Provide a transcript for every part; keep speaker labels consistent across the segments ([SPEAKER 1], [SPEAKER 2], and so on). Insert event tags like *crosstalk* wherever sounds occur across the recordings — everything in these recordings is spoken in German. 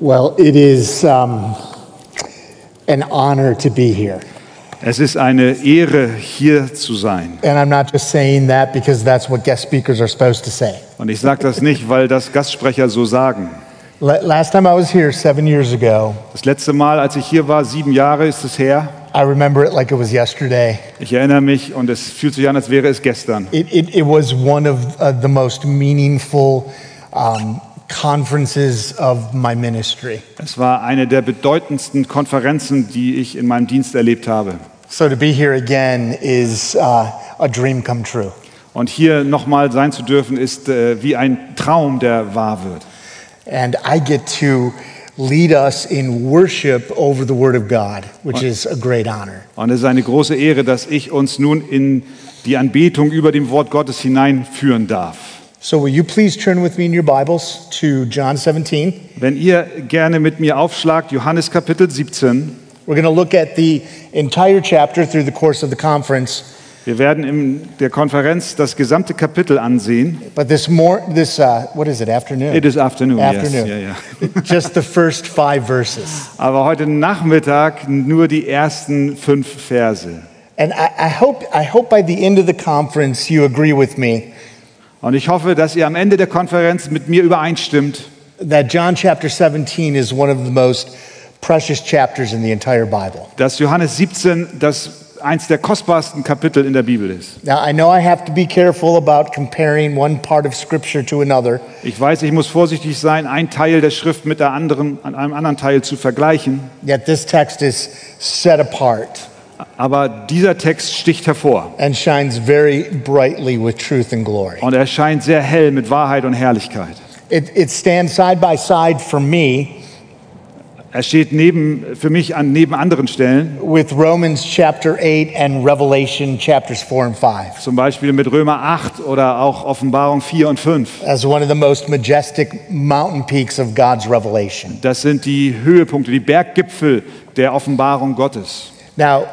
[SPEAKER 1] Well, it is um, an honor to be here.
[SPEAKER 2] Es ist eine Ehre, hier zu sein.
[SPEAKER 1] And I'm not just saying that because that's what guest speakers are supposed to say.
[SPEAKER 2] Und ich sage das nicht, weil das Gastsprecher so sagen.
[SPEAKER 1] La- Last time I was here seven years ago,
[SPEAKER 2] Das letzte Mal, als ich hier war, sieben Jahre ist es her.
[SPEAKER 1] I remember it like it was yesterday.
[SPEAKER 2] Ich erinnere mich und es fühlt sich an, als wäre es gestern.
[SPEAKER 1] It, it, it was one of uh, the most meaningful um, conferences of my ministry.
[SPEAKER 2] Es war eine der bedeutendsten Konferenzen, die ich in meinem Dienst erlebt habe.
[SPEAKER 1] So to be here again is uh, a dream come true.
[SPEAKER 2] Und hier nochmal sein zu dürfen, ist äh, wie ein Traum, der wahr wird.
[SPEAKER 1] And I get to lead us in worship over the Word of God, which is a great honor.
[SPEAKER 2] Und es ist eine große Ehre, dass ich uns nun in die Anbetung über dem Wort Gottes hineinführen darf.
[SPEAKER 1] So, will you please turn with me in your Bibles to John 17?
[SPEAKER 2] Wenn ihr gerne mit mir aufschlagt, Johannes Kapitel 17.
[SPEAKER 1] We're going to look at the entire chapter through the course of the conference,
[SPEAKER 2] Wir werden in der Konferenz das gesamte Kapitel ansehen.
[SPEAKER 1] but this more this uh, what is it afternoon?
[SPEAKER 2] It is afternoon.
[SPEAKER 1] afternoon.
[SPEAKER 2] Yes. Ja, ja.
[SPEAKER 1] *laughs* Just the first five verses,
[SPEAKER 2] Aber heute Nachmittag nur die ersten fünf Verse.
[SPEAKER 1] and I, I hope I hope by the end of the conference you agree with me
[SPEAKER 2] Und ich hoffe, dass ihr am Ende der Konferenz mit mir übereinstimmt,
[SPEAKER 1] that John chapter 17 is one of the most precious chapters in the entire Bible.
[SPEAKER 2] dass Johannes 17 das eins der kostbarsten Kapitel in der Bibel ist.
[SPEAKER 1] Now, I know I have to be careful about comparing one part of Scripture to another,
[SPEAKER 2] Ich weiß, ich muss vorsichtig sein, einen Teil der Schrift mit der anderen, an einem anderen Teil zu vergleichen.
[SPEAKER 1] yet this text is set apart
[SPEAKER 2] Aber dieser Text sticht hervor.
[SPEAKER 1] and shines very brightly with truth and glory.
[SPEAKER 2] Und er scheint sehr hell mit Wahrheit und Herrlichkeit.
[SPEAKER 1] It, it stands side by side for me
[SPEAKER 2] Er steht neben, für mich an, neben anderen Stellen,
[SPEAKER 1] with Romans chapter 8 and Revelation chapters 4 and 5
[SPEAKER 2] zum Beispiel mit Römer 8 oder auch Offenbarung 4 und 5.
[SPEAKER 1] as one of the most majestic mountain peaks of God's revelation.
[SPEAKER 2] Das sind die Höhepunkte, die Berggipfel der Offenbarung Gottes.
[SPEAKER 1] Now,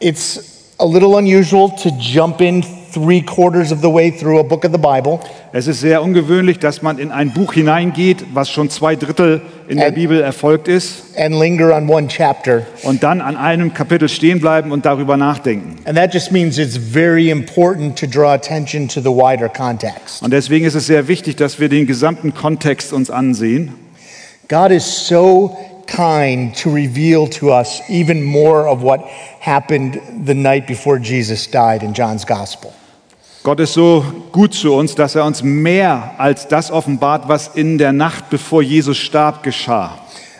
[SPEAKER 1] it's a little unusual to jump in three quarters of the way through a book of the Bible.
[SPEAKER 2] Es ist sehr ungewöhnlich, dass man in ein Buch hineingeht, was schon zwei Drittel in der
[SPEAKER 1] Ein-
[SPEAKER 2] Bibel erfolgt ist,
[SPEAKER 1] and linger on one chapter.
[SPEAKER 2] und dann an einem Kapitel stehen bleiben und darüber nachdenken.
[SPEAKER 1] And that just means it's very important to draw attention to the wider context.
[SPEAKER 2] Und deswegen ist es sehr wichtig, dass wir den gesamten Kontext uns ansehen.
[SPEAKER 1] God is so kind to reveal to us even more of what happened the night before Jesus died in John's gospel.
[SPEAKER 2] Gott ist so gut zu uns, dass er uns mehr als das offenbart, was in der Nacht, bevor Jesus starb, geschah.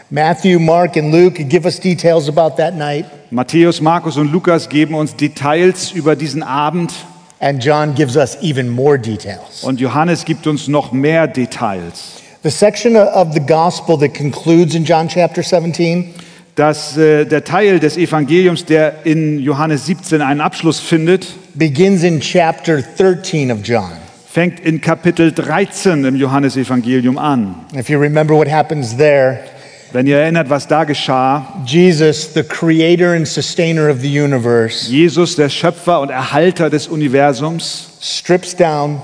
[SPEAKER 1] Matthew, Mark, and Luke give us details about that night,
[SPEAKER 2] Matthäus, Markus und Lukas geben uns Details über diesen Abend
[SPEAKER 1] and John gives us even more details.
[SPEAKER 2] und Johannes gibt uns noch mehr Details.
[SPEAKER 1] The section of the gospel that concludes in John chapter 17
[SPEAKER 2] Das, äh, der Teil des Evangeliums, der in Johannes 17 einen Abschluss findet,
[SPEAKER 1] begins in chapter 13 of John.
[SPEAKER 2] fängt in Kapitel 13 im Johannesevangelium an.
[SPEAKER 1] If you remember what happens there,
[SPEAKER 2] Wenn ihr erinnert, was da geschah,
[SPEAKER 1] Jesus, the creator and sustainer of the universe,
[SPEAKER 2] Jesus, der Schöpfer und Erhalter des Universums,
[SPEAKER 1] strips down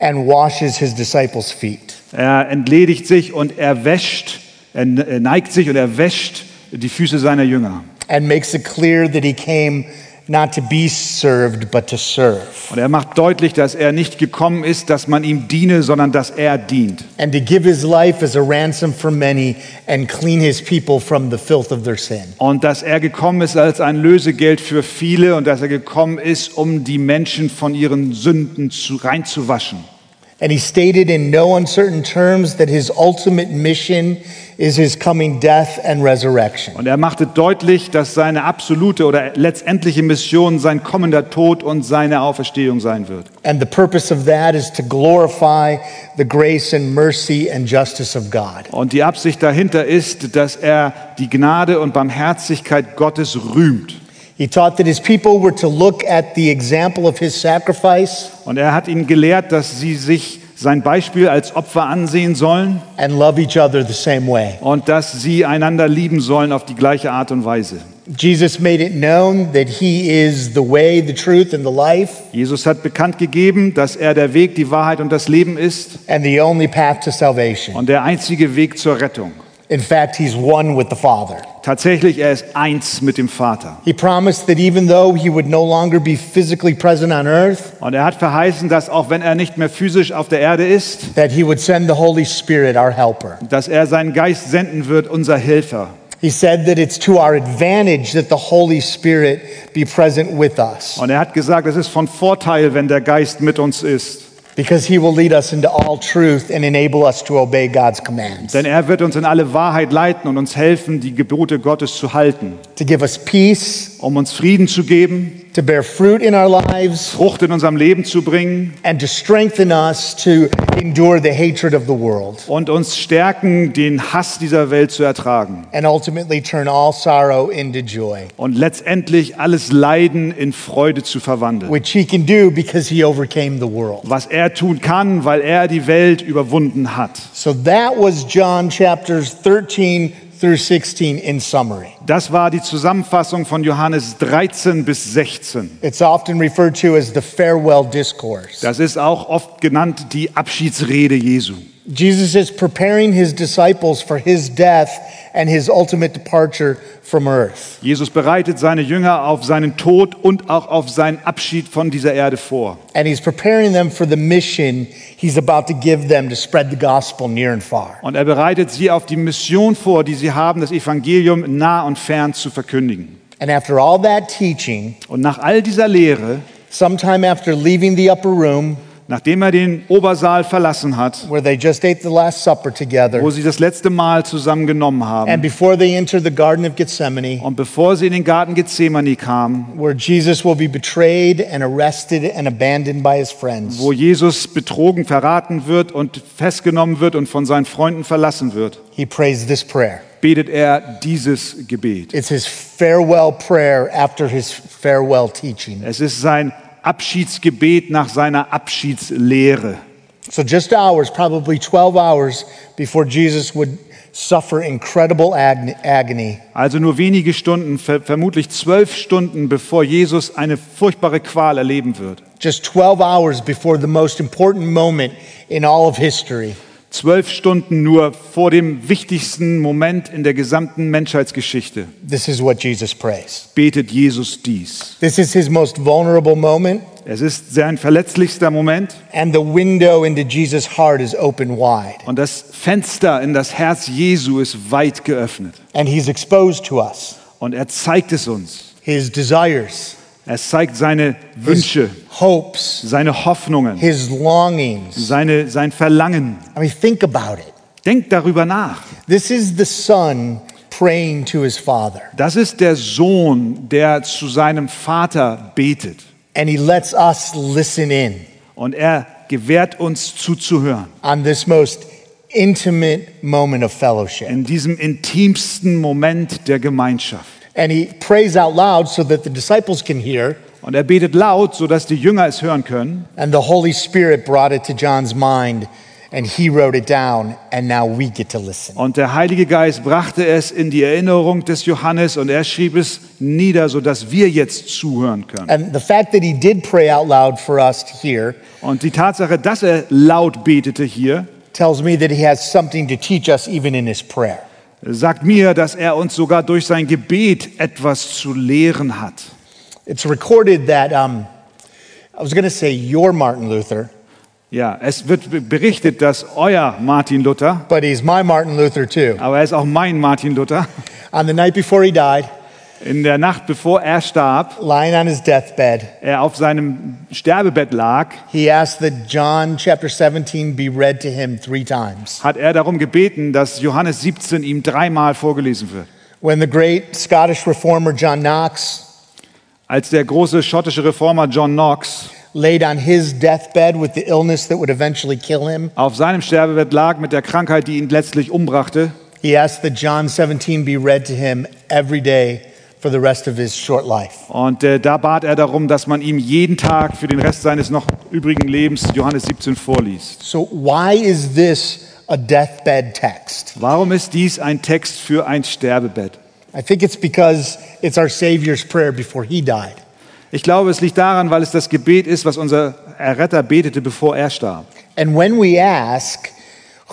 [SPEAKER 1] and washes his disciples' feet.
[SPEAKER 2] Er entledigt sich und er wäscht, er ne- neigt sich und er wäscht die Füße seiner Jünger.
[SPEAKER 1] And makes it clear that he came not to be served, but to serve,
[SPEAKER 2] Und er macht deutlich, dass er nicht gekommen ist, dass man ihm diene, sondern dass er dient.
[SPEAKER 1] and to give his life as a ransom for many and clean his people from the filth of their sin.
[SPEAKER 2] Und dass er gekommen ist als ein Lösegeld für viele und dass er gekommen ist, um die Menschen von ihren Sünden zu, reinzuwaschen.
[SPEAKER 1] And he stated in no uncertain terms that his ultimate mission is his coming death and resurrection.
[SPEAKER 2] Und er machte deutlich, dass seine absolute oder letztendliche Mission sein kommender Tod und seine Auferstehung sein wird.
[SPEAKER 1] And the purpose of that is to glorify the grace and mercy and justice of God.
[SPEAKER 2] Und die Absicht dahinter ist, dass er die Gnade und Barmherzigkeit Gottes rühmt.
[SPEAKER 1] He taught that his people were to look at the example of his sacrifice
[SPEAKER 2] Und er hat ihnen gelehrt, dass sie sich sein Beispiel als Opfer ansehen sollen
[SPEAKER 1] and love each other the same way.
[SPEAKER 2] und dass sie einander lieben sollen auf die gleiche Art und Weise.
[SPEAKER 1] Jesus made it known that he is the way, the truth, and the life,
[SPEAKER 2] Jesus hat bekannt gegeben, dass er der Weg, die Wahrheit und das Leben ist
[SPEAKER 1] and the only path to salvation.
[SPEAKER 2] und der einzige Weg zur Rettung.
[SPEAKER 1] In fact, he's one with the Father.
[SPEAKER 2] Tatsächlich, er ist eins mit dem Vater.
[SPEAKER 1] He promised that even though he would no longer be physically present on earth,
[SPEAKER 2] Und er hat verheißen, dass auch wenn er nicht mehr physisch auf der Erde ist,
[SPEAKER 1] that he would send the Holy Spirit, our helper.
[SPEAKER 2] dass er seinen Geist senden wird, unser Helfer.
[SPEAKER 1] He said that it's to our advantage that the Holy Spirit be present with us
[SPEAKER 2] Und er hat gesagt, es ist von Vorteil, wenn der Geist mit uns ist.
[SPEAKER 1] because he will lead us into all truth and enable us to obey God's commands,
[SPEAKER 2] Denn er wird uns in alle Wahrheit leiten und uns helfen, die Gebote Gottes zu halten,
[SPEAKER 1] to give us peace,
[SPEAKER 2] um uns Frieden zu geben,
[SPEAKER 1] to bear fruit in our lives,
[SPEAKER 2] Frucht in unserem Leben zu bringen
[SPEAKER 1] and to strengthen us to endure the hatred of the world
[SPEAKER 2] und uns stärken, den Hass dieser Welt zu ertragen
[SPEAKER 1] and ultimately turn all sorrow into joy,
[SPEAKER 2] und letztendlich alles Leiden in Freude zu verwandeln.
[SPEAKER 1] which he can do because he overcame the world.
[SPEAKER 2] Was er tun kann, weil er die Welt überwunden hat.
[SPEAKER 1] So that was John chapters 13 through 16 in summary.
[SPEAKER 2] Das war die Zusammenfassung von Johannes 13 bis 16.
[SPEAKER 1] It's often referred to as the farewell discourse.
[SPEAKER 2] Das ist auch oft genannt die Abschiedsrede Jesu.
[SPEAKER 1] Jesus is preparing his disciples for his death and his ultimate departure from earth.
[SPEAKER 2] Jesus bereitet seine Jünger auf seinen Tod und auch auf seinen Abschied von dieser Erde vor.
[SPEAKER 1] And he's preparing them for the mission he's about to give them to spread the gospel near and far.
[SPEAKER 2] Und er bereitet sie auf die Mission vor, die sie haben, das Evangelium nah und fern zu verkündigen.
[SPEAKER 1] And after all that teaching,
[SPEAKER 2] Und nach all dieser Lehre,
[SPEAKER 1] sometime after leaving the upper room
[SPEAKER 2] nachdem er den Obersaal verlassen hat,
[SPEAKER 1] where they just ate the Last Supper
[SPEAKER 2] wo
[SPEAKER 1] together,
[SPEAKER 2] sie das letzte Mal zusammengenommen
[SPEAKER 1] and
[SPEAKER 2] haben,
[SPEAKER 1] before they enter the Garden of Gethsemane,
[SPEAKER 2] und bevor sie in den Garten Gethsemane kamen,
[SPEAKER 1] where Jesus will be betrayed and arrested and abandoned by his friends.
[SPEAKER 2] wo Jesus betrogen, verraten wird und festgenommen wird und von seinen Freunden verlassen wird,
[SPEAKER 1] He prays this prayer.
[SPEAKER 2] betet er dieses Gebet.
[SPEAKER 1] It's his farewell prayer after his farewell teaching.
[SPEAKER 2] Es ist sein Abschiedsgebet nach seiner Abschiedslehre.
[SPEAKER 1] So, just hours, probably 12 hours before Jesus would suffer incredible ag- agony,
[SPEAKER 2] Also nur wenige Stunden, ver vermutlich zwölf Stunden, bevor Jesus eine furchtbare Qual erleben wird.
[SPEAKER 1] just 12 hours before the most important moment in all of history,
[SPEAKER 2] Zwölf Stunden nur vor dem wichtigsten Moment in der gesamten Menschheitsgeschichte
[SPEAKER 1] this is what Jesus prays.
[SPEAKER 2] betet Jesus dies.
[SPEAKER 1] This is his most vulnerable moment,
[SPEAKER 2] Es ist sein verletzlichster Moment
[SPEAKER 1] and the window into Jesus' heart is open wide,
[SPEAKER 2] und das Fenster in das Herz Jesu ist weit geöffnet.
[SPEAKER 1] and he's exposed to us,
[SPEAKER 2] Und er zeigt es uns.
[SPEAKER 1] his desires.
[SPEAKER 2] Er zeigt seine Wünsche,
[SPEAKER 1] his hopes,
[SPEAKER 2] seine Hoffnungen,
[SPEAKER 1] his longings.
[SPEAKER 2] seine, sein Verlangen.
[SPEAKER 1] I mean, think about it.
[SPEAKER 2] Denkt darüber nach.
[SPEAKER 1] This is the son praying to his father,
[SPEAKER 2] Das ist der Sohn, der zu seinem Vater betet.
[SPEAKER 1] and he lets us listen in
[SPEAKER 2] Und er gewährt uns zuzuhören.
[SPEAKER 1] on this most intimate moment of fellowship.
[SPEAKER 2] In diesem intimsten Moment der Gemeinschaft.
[SPEAKER 1] And he prays out loud so that the disciples can hear,
[SPEAKER 2] Und er betet laut, sodass die Jünger es hören können.
[SPEAKER 1] and the Holy Spirit brought it to John's mind, and he wrote it down, and now we get to listen.
[SPEAKER 2] Und der Heilige Geist brachte es in die Erinnerung des Johannes und er schrieb es nieder, sodass wir jetzt zuhören können.
[SPEAKER 1] And the fact that he did pray out loud for us to hear
[SPEAKER 2] Und die Tatsache, dass er laut betete hier,
[SPEAKER 1] tells me that he has something to teach us even in his prayer.
[SPEAKER 2] sagt mir, dass er uns sogar durch sein Gebet etwas zu lehren hat.
[SPEAKER 1] It's recorded that, um, I was going to say your Martin Luther,
[SPEAKER 2] Ja, es wird be- berichtet, dass euer Martin Luther,
[SPEAKER 1] but he's my Martin Luther too.
[SPEAKER 2] aber er ist auch mein Martin Luther,
[SPEAKER 1] On the night before he died,
[SPEAKER 2] in der Nacht, bevor er starb,
[SPEAKER 1] lying on his deathbed,
[SPEAKER 2] er auf seinem Sterbebett lag,
[SPEAKER 1] he asked that John chapter 17 be read to him three times.
[SPEAKER 2] hat er darum gebeten, dass Johannes 17 ihm dreimal vorgelesen wird.
[SPEAKER 1] When the great Scottish reformer John Knox
[SPEAKER 2] Als der große schottische Reformer John Knox
[SPEAKER 1] laid on his deathbed with the illness that would eventually kill him,
[SPEAKER 2] auf seinem Sterbebett lag mit der Krankheit, die ihn letztlich umbrachte,
[SPEAKER 1] he asked that John 17 be read to him every day for the rest of his short life.
[SPEAKER 2] und äh, da bat er darum, dass man ihm jeden Tag für den Rest seines noch übrigen Lebens Johannes 17 vorliest.
[SPEAKER 1] So, why is this a deathbed text?
[SPEAKER 2] Warum ist dies ein Text für ein Sterbebett?
[SPEAKER 1] I think it's because it's our Savior's prayer before he died.
[SPEAKER 2] Ich glaube, es liegt daran, weil es das Gebet ist, was unser Erretter betete, bevor er starb.
[SPEAKER 1] And when we ask,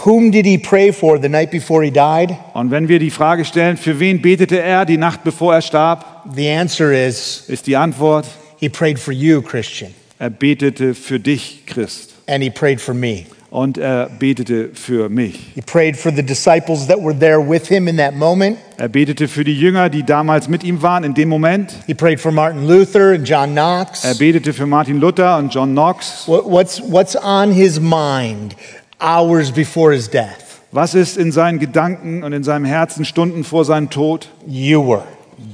[SPEAKER 1] whom did he pray for the night before he died?
[SPEAKER 2] Und wenn wir die Frage stellen, für wen betete er die Nacht, bevor er starb,
[SPEAKER 1] The answer is,
[SPEAKER 2] ist die Antwort,
[SPEAKER 1] he prayed for you, Christian,
[SPEAKER 2] er betete für dich, Christ.
[SPEAKER 1] and he prayed for me.
[SPEAKER 2] Und er betete für mich.
[SPEAKER 1] He prayed for the disciples that were there with him in that moment.
[SPEAKER 2] Er betete für die Jünger, die damals mit ihm waren, in dem Moment.
[SPEAKER 1] He prayed for Martin Luther and John Knox.
[SPEAKER 2] Er betete für Martin Luther und John Knox.
[SPEAKER 1] What- What's, what's on his mind hours before his death?
[SPEAKER 2] Was ist in seinen Gedanken und in seinem Herzen Stunden vor seinem Tod?
[SPEAKER 1] You were.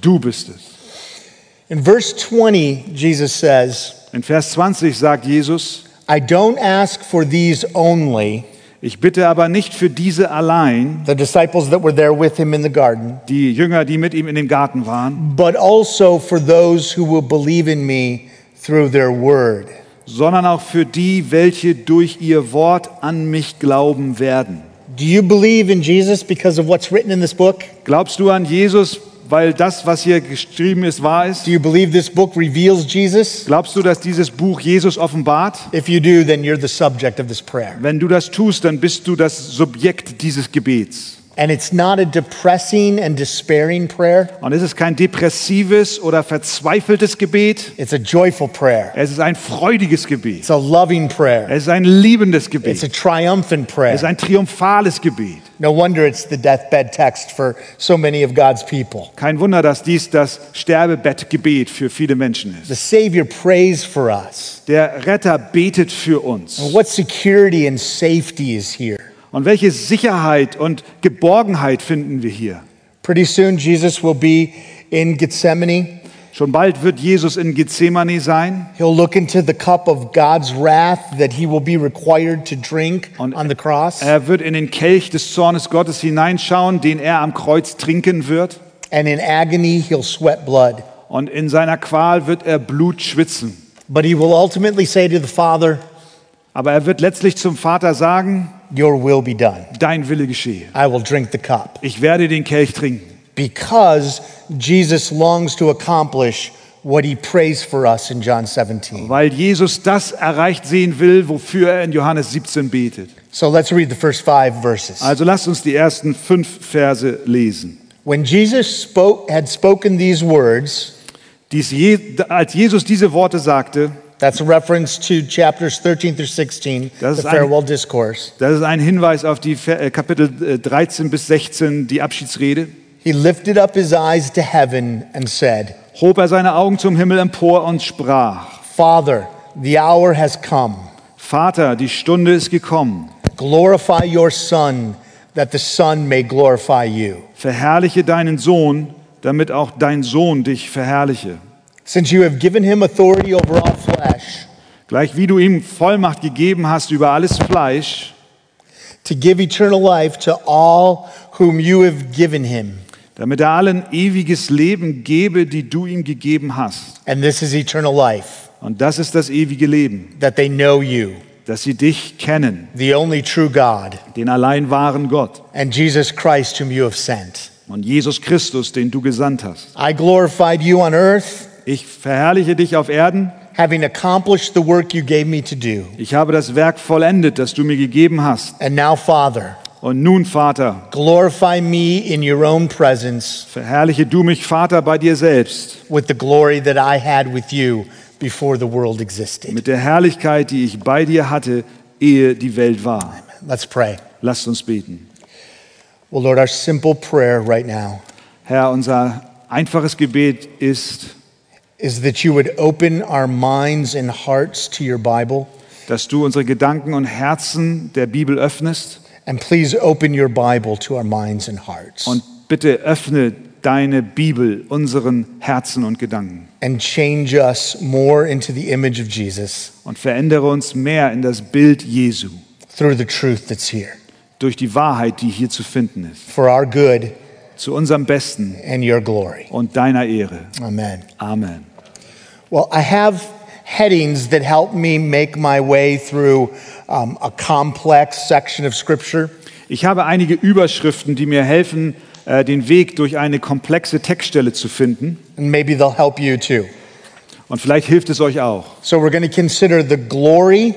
[SPEAKER 2] Du bist es.
[SPEAKER 1] In verse 20, Jesus says,
[SPEAKER 2] In Vers 20 sagt Jesus,
[SPEAKER 1] I don't ask for these only,
[SPEAKER 2] ich bitte aber nicht für diese allein,
[SPEAKER 1] the disciples that were there with him in the garden,
[SPEAKER 2] die Jünger, die mit ihm in dem Garten waren,
[SPEAKER 1] but also for those who will believe in me through their word.
[SPEAKER 2] sondern auch für die, welche durch ihr Wort an mich glauben werden.
[SPEAKER 1] Do you believe in Jesus because of what's written in this book?
[SPEAKER 2] Glaubst du an Jesus, weil das, was hier geschrieben ist, wahr ist?
[SPEAKER 1] Do you believe this book reveals Jesus?
[SPEAKER 2] Glaubst du, dass dieses Buch Jesus offenbart?
[SPEAKER 1] If you do, then you're the subject of this prayer.
[SPEAKER 2] Wenn du das tust, dann bist du das Subjekt dieses Gebets.
[SPEAKER 1] And it's not a depressing and despairing prayer,
[SPEAKER 2] Und es ist kein depressives oder verzweifeltes Gebet.
[SPEAKER 1] it's a joyful prayer.
[SPEAKER 2] Es ist ein freudiges Gebet.
[SPEAKER 1] It's a loving prayer.
[SPEAKER 2] Es ist ein liebendes
[SPEAKER 1] It's a
[SPEAKER 2] Gebet.
[SPEAKER 1] triumphant prayer.
[SPEAKER 2] Es ist ein triumphales Gebet.
[SPEAKER 1] No wonder it's the deathbed text for so many of God's people.
[SPEAKER 2] Kein Wunder, dass dies das Sterbebettgebet für viele Menschen ist.
[SPEAKER 1] The Savior prays for us.
[SPEAKER 2] Der Retter betet für uns.
[SPEAKER 1] What security and safety is here?
[SPEAKER 2] Und welche Sicherheit und Geborgenheit finden wir hier?
[SPEAKER 1] Pretty soon, Jesus will be in Gethsemane.
[SPEAKER 2] Schon bald wird Jesus in Gethsemane sein
[SPEAKER 1] He'll look into the cup of God's wrath that he will be required to drink
[SPEAKER 2] Und-
[SPEAKER 1] on the cross.
[SPEAKER 2] Er wird in den Kelch des Zornes Gottes hineinschauen, den er am Kreuz trinken wird.
[SPEAKER 1] And in agony, he'll sweat blood.
[SPEAKER 2] Und in seiner Qual wird er Blut schwitzen.
[SPEAKER 1] But he will ultimately say to the Father,
[SPEAKER 2] Aber er wird letztlich zum Vater sagen,
[SPEAKER 1] Your will be done.
[SPEAKER 2] dein Wille geschehe.
[SPEAKER 1] I will drink the cup.
[SPEAKER 2] Ich werde den Kelch trinken,
[SPEAKER 1] because Jesus longs to accomplish what he prays for us in John 17.
[SPEAKER 2] weil Jesus das erreicht sehen will, wofür er in Johannes 17 betet.
[SPEAKER 1] So let's read the first five verses.
[SPEAKER 2] Also lasst uns die ersten fünf Verse lesen.
[SPEAKER 1] When Jesus spoke, had spoken these words,
[SPEAKER 2] Dies Je als Jesus diese Worte sagte,
[SPEAKER 1] that's a reference to chapters 13 through 16,
[SPEAKER 2] Das
[SPEAKER 1] the
[SPEAKER 2] ist ein-
[SPEAKER 1] farewell discourse.
[SPEAKER 2] das ist ein Hinweis auf die Ver- äh, Kapitel äh, 13 bis 16, die Abschiedsrede,
[SPEAKER 1] He lifted up his eyes to heaven and said,
[SPEAKER 2] hob er seine Augen zum Himmel empor und sprach,
[SPEAKER 1] Father, the hour has come.
[SPEAKER 2] Vater, die Stunde ist gekommen,
[SPEAKER 1] Glorify your Son, that the Son may glorify you.
[SPEAKER 2] verherrliche deinen Sohn, damit auch dein Sohn dich verherrliche.
[SPEAKER 1] Since you have given him authority over all flesh,
[SPEAKER 2] Gleich wie du ihm Vollmacht gegeben hast über alles Fleisch,
[SPEAKER 1] to give eternal life to all whom you have given him.
[SPEAKER 2] damit er allen ewiges Leben gebe, die du ihm gegeben hast.
[SPEAKER 1] And this is eternal life,
[SPEAKER 2] Und das ist das ewige Leben,
[SPEAKER 1] that they know you,
[SPEAKER 2] dass sie dich kennen,
[SPEAKER 1] the only true God,
[SPEAKER 2] den allein wahren Gott
[SPEAKER 1] and Jesus Christ, whom you have sent.
[SPEAKER 2] und Jesus Christus, den du gesandt hast.
[SPEAKER 1] I glorified you on earth,
[SPEAKER 2] Ich verherrliche dich auf Erden.
[SPEAKER 1] having accomplished the work you gave me to do.
[SPEAKER 2] Ich habe das Werk vollendet, das du mir gegeben hast.
[SPEAKER 1] And now, Father,
[SPEAKER 2] Und nun, Vater,
[SPEAKER 1] glorify me in your own presence
[SPEAKER 2] verherrliche du mich, Vater, bei dir selbst,
[SPEAKER 1] with the glory that I had with you before the world existed.
[SPEAKER 2] mit der Herrlichkeit, die ich bei dir hatte, ehe die Welt war.
[SPEAKER 1] Let's pray.
[SPEAKER 2] Lasst uns beten.
[SPEAKER 1] Well, Lord, our simple prayer right now
[SPEAKER 2] Herr, unser einfaches Gebet ist,
[SPEAKER 1] is that you would open our minds and hearts to your Bible.
[SPEAKER 2] dass du unsere Gedanken und Herzen der Bibel öffnest.
[SPEAKER 1] And please open your Bible to our minds and hearts
[SPEAKER 2] Und bitte öffne deine Bibel unseren Herzen und Gedanken
[SPEAKER 1] and change us more into the image of Jesus
[SPEAKER 2] und verändere uns mehr in das Bild Jesu
[SPEAKER 1] through the truth that's here
[SPEAKER 2] durch die Wahrheit, die hier zu finden ist,
[SPEAKER 1] for our good
[SPEAKER 2] zu unserem Besten
[SPEAKER 1] and your glory.
[SPEAKER 2] und deiner Ehre.
[SPEAKER 1] Amen.
[SPEAKER 2] Amen.
[SPEAKER 1] Well, I have headings that help me make my way through um, a complex section of Scripture.
[SPEAKER 2] Ich habe einige Überschriften, die mir helfen, äh, den Weg durch eine komplexe Textstelle zu finden.
[SPEAKER 1] and maybe they'll help you too.
[SPEAKER 2] Und vielleicht hilft es euch auch.
[SPEAKER 1] So we're going to consider the glory,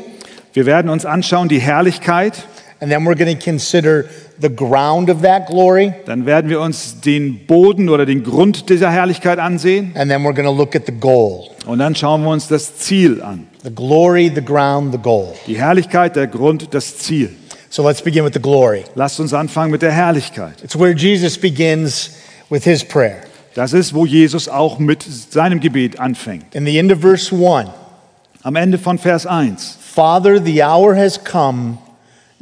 [SPEAKER 2] Wir werden uns anschauen die Herrlichkeit,
[SPEAKER 1] and then we're going to consider the ground of that glory,
[SPEAKER 2] dann werden wir uns den Boden oder den Grund dieser Herrlichkeit ansehen
[SPEAKER 1] and then we're going to look at the goal.
[SPEAKER 2] und dann schauen wir uns das Ziel an.
[SPEAKER 1] The glory, the ground, the goal.
[SPEAKER 2] Die Herrlichkeit, der Grund, das Ziel.
[SPEAKER 1] So let's begin with the glory.
[SPEAKER 2] Lasst uns anfangen mit der Herrlichkeit.
[SPEAKER 1] It's where Jesus begins with his prayer.
[SPEAKER 2] Das ist, wo Jesus auch mit seinem Gebet anfängt.
[SPEAKER 1] In the end of verse 1,
[SPEAKER 2] Am Ende von Vers 1.
[SPEAKER 1] Father, the hour has come.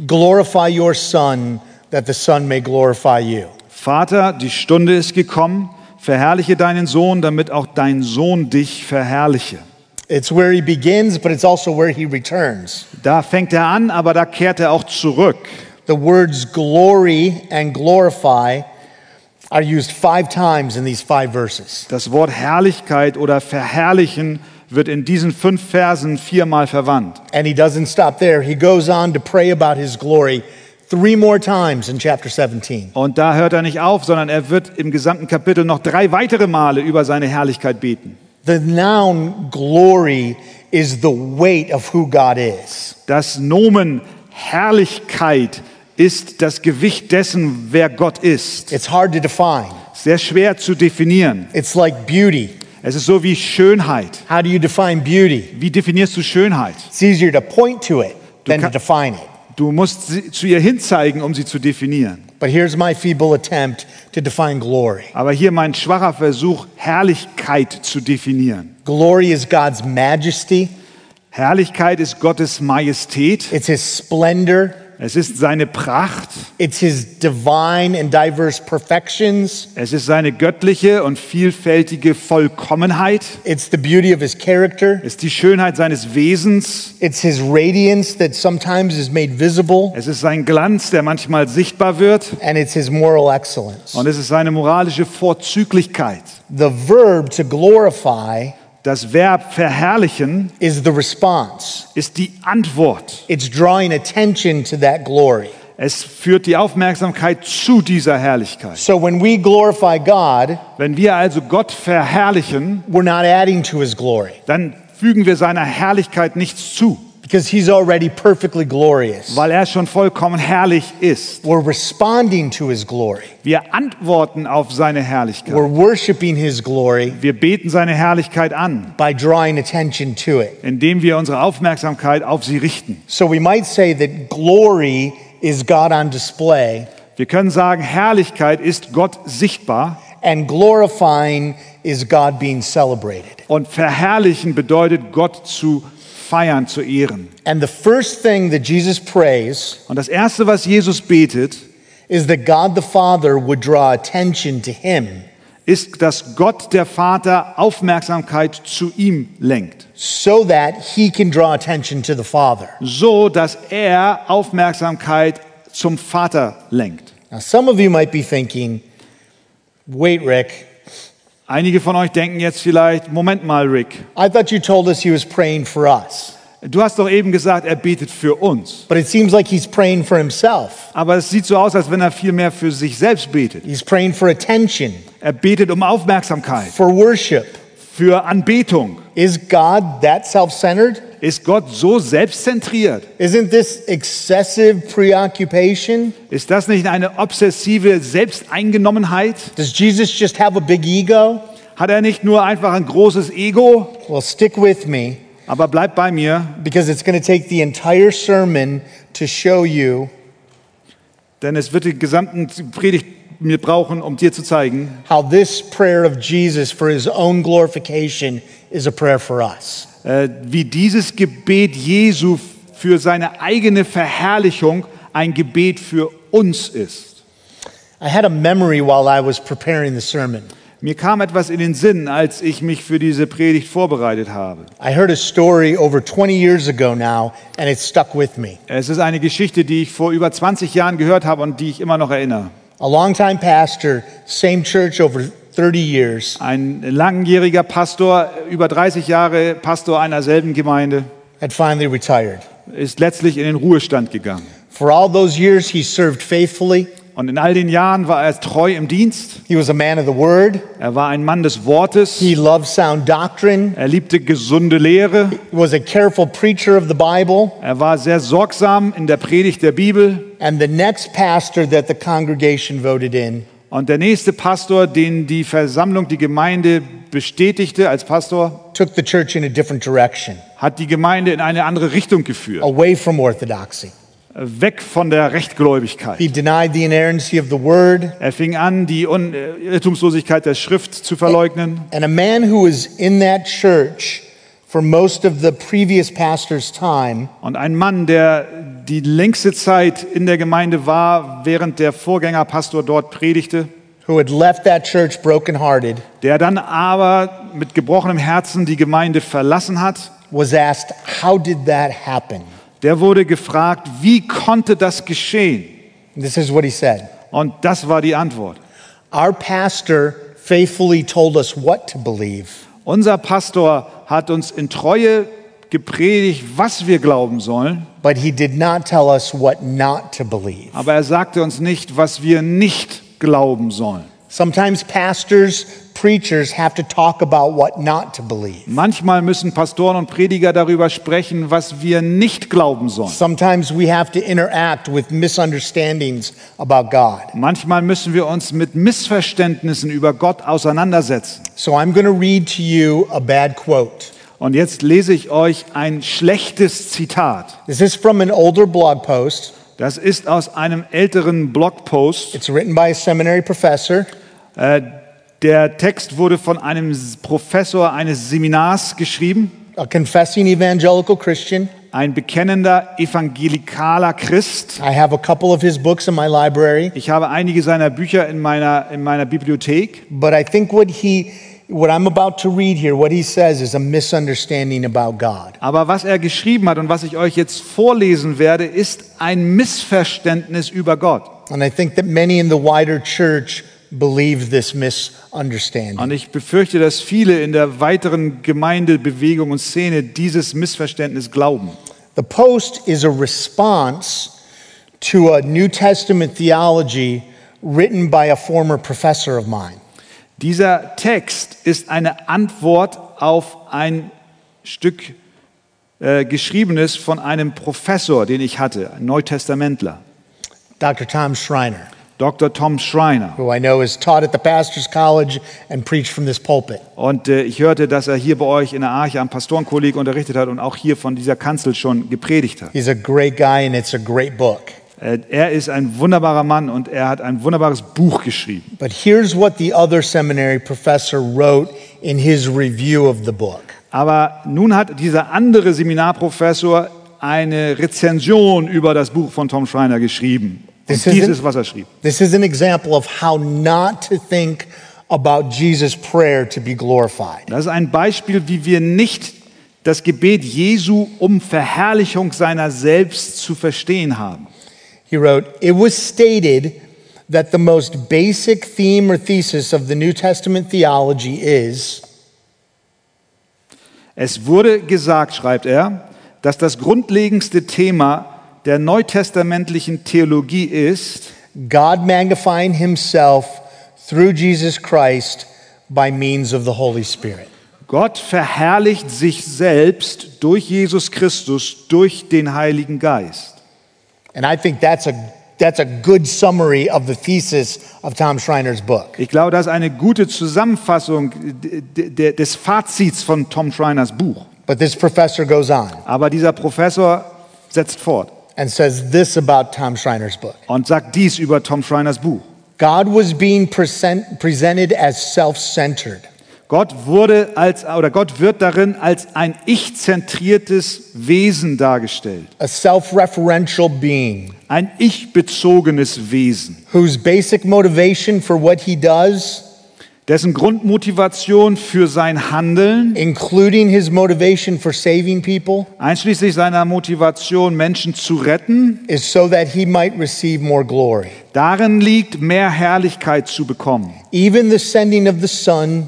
[SPEAKER 1] Glorify your Son, that the Son may glorify you.
[SPEAKER 2] Vater, die Stunde ist gekommen. Verherrliche deinen Sohn, damit auch dein Sohn dich verherrliche.
[SPEAKER 1] It's where he begins, but it's also where he returns.
[SPEAKER 2] Da fängt er an, aber da kehrt er auch zurück.
[SPEAKER 1] The words glory and glorify are used five times in these five verses.
[SPEAKER 2] Das Wort Herrlichkeit oder verherrlichen wird in diesen fünf Versen viermal verwandt.
[SPEAKER 1] And he doesn't stop there. He goes on to pray about his glory three more times in chapter 17.
[SPEAKER 2] Und da hört er nicht auf, sondern er wird im gesamten Kapitel noch drei weitere Male über seine Herrlichkeit beten.
[SPEAKER 1] The noun glory is the weight of who God is.
[SPEAKER 2] Das Nomen Herrlichkeit ist das Gewicht dessen, wer Gott ist.
[SPEAKER 1] It's hard to define.
[SPEAKER 2] Sehr schwer zu definieren.
[SPEAKER 1] It's like beauty.
[SPEAKER 2] Es ist so wie Schönheit.
[SPEAKER 1] How do you define beauty?
[SPEAKER 2] Wie definierst du Schönheit?
[SPEAKER 1] It's easier to point to it than to
[SPEAKER 2] kann-
[SPEAKER 1] define it.
[SPEAKER 2] Du musst sie, zu ihr hinzeigen, um sie zu definieren.
[SPEAKER 1] But here's my feeble attempt to define glory
[SPEAKER 2] Aber hier mein schwacher Versuch, Herrlichkeit zu definieren.
[SPEAKER 1] glory is God's majesty,
[SPEAKER 2] Herrlichkeit ist Gottes Majestät.
[SPEAKER 1] it's His splendor,
[SPEAKER 2] Es ist seine Pracht.
[SPEAKER 1] it's His divine and diverse perfections,
[SPEAKER 2] Es ist seine göttliche und vielfältige Vollkommenheit.
[SPEAKER 1] it's the beauty of His character,
[SPEAKER 2] Es ist die Schönheit seines Wesens.
[SPEAKER 1] it's His radiance that sometimes is made visible,
[SPEAKER 2] Es ist sein Glanz, der manchmal sichtbar wird.
[SPEAKER 1] and it's His moral excellence.
[SPEAKER 2] Und es ist seine moralische Vorzüglichkeit.
[SPEAKER 1] The verb to glorify
[SPEAKER 2] Das Verb verherrlichen
[SPEAKER 1] is the response.
[SPEAKER 2] ist die Antwort.
[SPEAKER 1] It's drawing attention to that glory.
[SPEAKER 2] Es führt die Aufmerksamkeit zu dieser Herrlichkeit.
[SPEAKER 1] So when we glorify God,
[SPEAKER 2] Wenn wir also Gott verherrlichen,
[SPEAKER 1] we're not adding to his glory
[SPEAKER 2] dann fügen wir seiner Herrlichkeit nichts zu,
[SPEAKER 1] because he's already perfectly glorious.
[SPEAKER 2] weil er schon vollkommen herrlich ist.
[SPEAKER 1] We're responding to his glory.
[SPEAKER 2] Wir antworten auf seine Herrlichkeit.
[SPEAKER 1] We're worshiping his glory
[SPEAKER 2] Wir beten seine Herrlichkeit an,
[SPEAKER 1] by drawing attention to it.
[SPEAKER 2] indem wir unsere Aufmerksamkeit auf sie richten.
[SPEAKER 1] So we might say that glory is God on display
[SPEAKER 2] Wir können sagen, Herrlichkeit ist Gott sichtbar
[SPEAKER 1] and glorifying is God being celebrated.
[SPEAKER 2] und verherrlichen bedeutet Gott zu feiern, zu ehren.
[SPEAKER 1] And the first thing that Jesus prays
[SPEAKER 2] Und das Erste, was Jesus betet,
[SPEAKER 1] is that God the Father would draw attention to him
[SPEAKER 2] ist, dass Gott der Vater Aufmerksamkeit zu ihm lenkt,
[SPEAKER 1] so that he can draw attention to the Father.
[SPEAKER 2] so dass er Aufmerksamkeit zum Vater lenkt.
[SPEAKER 1] Now, some of you might be thinking, wait, Rick,
[SPEAKER 2] Einige von euch denken jetzt vielleicht, Moment mal, Rick,
[SPEAKER 1] I thought you told us he was praying for us,
[SPEAKER 2] du hast doch eben gesagt, er betet für uns.
[SPEAKER 1] but it seems like he's praying for himself.
[SPEAKER 2] Aber es sieht so aus, als wenn er viel mehr für sich selbst betet.
[SPEAKER 1] He's praying for attention,
[SPEAKER 2] Er betet um Aufmerksamkeit,
[SPEAKER 1] for worship.
[SPEAKER 2] für Anbetung.
[SPEAKER 1] Is God that self centered?
[SPEAKER 2] Ist Gott so selbstzentriert?
[SPEAKER 1] Isn't this excessive preoccupation?
[SPEAKER 2] Ist das nicht eine obsessive Selbsteingenommenheit?
[SPEAKER 1] Does Jesus just have a big ego?
[SPEAKER 2] Hat er nicht nur einfach ein großes Ego?
[SPEAKER 1] Well, stick with me
[SPEAKER 2] Aber bleib bei mir,
[SPEAKER 1] because it's going to take the entire sermon to show you
[SPEAKER 2] Denn es wird die gesamten Predigt mir brauchen, um dir zu zeigen,
[SPEAKER 1] how this prayer of Jesus for his own glorification is a prayer for us.
[SPEAKER 2] äh, wie dieses Gebet Jesu für seine eigene Verherrlichung ein Gebet für uns ist.
[SPEAKER 1] I had a memory while I was preparing the sermon.
[SPEAKER 2] Mir kam etwas in den Sinn, als ich mich für diese Predigt vorbereitet habe.
[SPEAKER 1] I heard a story over 20 years ago now, and it stuck with me.
[SPEAKER 2] Es ist eine Geschichte, die ich vor über 20 Jahren gehört habe und die ich immer noch erinnere.
[SPEAKER 1] A longtime pastor, same church over 30 years,
[SPEAKER 2] Ein langjähriger Pastor, über 30 Jahre Pastor einer selben Gemeinde,
[SPEAKER 1] had finally retired.
[SPEAKER 2] ist letztlich in den Ruhestand gegangen.
[SPEAKER 1] For all those years, he served faithfully,
[SPEAKER 2] Und in all den Jahren war er treu im Dienst.
[SPEAKER 1] He was a man of the word.
[SPEAKER 2] Er war ein Mann des Wortes.
[SPEAKER 1] He loved sound doctrine.
[SPEAKER 2] Er liebte gesunde Lehre.
[SPEAKER 1] He was a careful preacher of the Bible.
[SPEAKER 2] Er war sehr sorgsam in der Predigt der Bibel.
[SPEAKER 1] And the next pastor that the congregation voted in
[SPEAKER 2] Und der nächste Pastor, den die Versammlung, die Gemeinde bestätigte als Pastor,
[SPEAKER 1] took the church in a different direction,
[SPEAKER 2] hat die Gemeinde in eine andere Richtung geführt.
[SPEAKER 1] away from orthodoxy.
[SPEAKER 2] Weg von der Rechtgläubigkeit.
[SPEAKER 1] He denied the inerrancy of the word.
[SPEAKER 2] Er fing an, die Un äh, Irrtumslosigkeit der Schrift zu verleugnen.
[SPEAKER 1] And a man who was in that church for most of the previous pastor's time
[SPEAKER 2] Und ein Mann, der die längste Zeit in der Gemeinde war, während der Vorgängerpastor dort predigte,
[SPEAKER 1] who had left that church brokenhearted
[SPEAKER 2] der dann aber mit gebrochenem Herzen die Gemeinde verlassen hat,
[SPEAKER 1] was asked, How did that happen?
[SPEAKER 2] der wurde gefragt, wie konnte das geschehen?
[SPEAKER 1] And this is what he said
[SPEAKER 2] Und das war die Antwort.
[SPEAKER 1] Our pastor faithfully told us what to believe.
[SPEAKER 2] Unser Pastor hat uns in Treue gepredigt, was wir glauben sollen,
[SPEAKER 1] But he did not tell us what not to believe.
[SPEAKER 2] aber er sagte uns nicht, was wir nicht glauben sollen.
[SPEAKER 1] Sometimes pastors, preachers have to talk about what not to believe.
[SPEAKER 2] Manchmal müssen Pastoren und Prediger darüber sprechen, was wir nicht glauben sollen.
[SPEAKER 1] Sometimes we have to interact with misunderstandings about God.
[SPEAKER 2] Manchmal müssen wir uns mit Missverständnissen über Gott auseinandersetzen.
[SPEAKER 1] So I'm going to read to you a bad quote.
[SPEAKER 2] Und jetzt lese ich euch ein schlechtes Zitat.
[SPEAKER 1] This is from an older blog post.
[SPEAKER 2] Das ist aus einem älteren Blogpost.
[SPEAKER 1] It's written by a seminary professor.
[SPEAKER 2] Äh, der Text wurde von einem S- Professor eines Seminars geschrieben,
[SPEAKER 1] a confessing evangelical Christian.
[SPEAKER 2] ein bekennender evangelikaler Christ.
[SPEAKER 1] I have a couple of his books in my library,
[SPEAKER 2] Ich habe einige seiner Bücher in meiner, in meiner Bibliothek.
[SPEAKER 1] but I think what he what I'm about to read here, what he says is a misunderstanding about God.
[SPEAKER 2] Aber was er geschrieben hat und was ich euch jetzt vorlesen werde, ist ein Missverständnis über Gott.
[SPEAKER 1] And I think that many in the wider church believe this misunderstanding.
[SPEAKER 2] Und ich befürchte, dass viele in der weiteren Gemeindebewegung und Szene dieses Missverständnis glauben.
[SPEAKER 1] The post is a response to a New Testament theology written by a former professor of mine.
[SPEAKER 2] Dieser Text ist eine Antwort auf ein Stück äh, Geschriebenes von einem Professor, den ich hatte, ein Neutestamentler,
[SPEAKER 1] Dr. Tom Schreiner,
[SPEAKER 2] Dr. Tom Schreiner.
[SPEAKER 1] who I know has taught at the pastor's college and preached from this pulpit.
[SPEAKER 2] Und äh, ich hörte, dass er hier bei euch in der Arche am Pastorenkolleg unterrichtet hat und auch hier von dieser Kanzel schon gepredigt hat.
[SPEAKER 1] He's a great guy and it's a great book.
[SPEAKER 2] Äh, er ist ein wunderbarer Mann und er hat ein wunderbares Buch geschrieben.
[SPEAKER 1] But here's what the other seminary professor wrote in his review of the book.
[SPEAKER 2] Aber nun hat dieser andere Seminarprofessor eine Rezension über das Buch von Tom Schreiner geschrieben.
[SPEAKER 1] Das
[SPEAKER 2] Und
[SPEAKER 1] ist-
[SPEAKER 2] dies ist, was er schrieb.
[SPEAKER 1] This is an example of how not to think about Jesus' prayer to be glorified.
[SPEAKER 2] Das ist ein Beispiel, wie wir nicht das Gebet Jesu um Verherrlichung seiner selbst zu verstehen haben.
[SPEAKER 1] He wrote, It was stated that the most basic theme or thesis of the New Testament theology is
[SPEAKER 2] Es wurde gesagt, schreibt er, dass das grundlegendste Thema der neutestamentlichen Theologie ist,
[SPEAKER 1] God magnifying himself through Jesus Christ by means of the Holy Spirit.
[SPEAKER 2] Gott verherrlicht sich selbst durch Jesus Christus, durch den Heiligen Geist.
[SPEAKER 1] And I think that's a, that's a good summary of the thesis of Tom Schreiner's book.
[SPEAKER 2] Ich glaube, das ist eine gute Zusammenfassung d- d- d- des Fazits von Tom Schriners Buch.
[SPEAKER 1] But this professor goes on
[SPEAKER 2] Aber dieser Professor setzt fort
[SPEAKER 1] and says this about Tom Schreiner's book
[SPEAKER 2] und sagt dies über Tom Schriners Buch.
[SPEAKER 1] God was being present, presented as self centered,
[SPEAKER 2] Gott wurde als oder Gott wird darin als ein ich-zentriertes Wesen dargestellt,
[SPEAKER 1] a self referential being
[SPEAKER 2] ein ich-bezogenes Wesen,
[SPEAKER 1] whose basic motivation for what he does,
[SPEAKER 2] dessen Grundmotivation für sein Handeln,
[SPEAKER 1] including his motivation for saving people,
[SPEAKER 2] einschließlich seiner Motivation, Menschen zu retten,
[SPEAKER 1] is so that he might receive more glory.
[SPEAKER 2] darin liegt, mehr Herrlichkeit zu bekommen.
[SPEAKER 1] Even the sending of the Son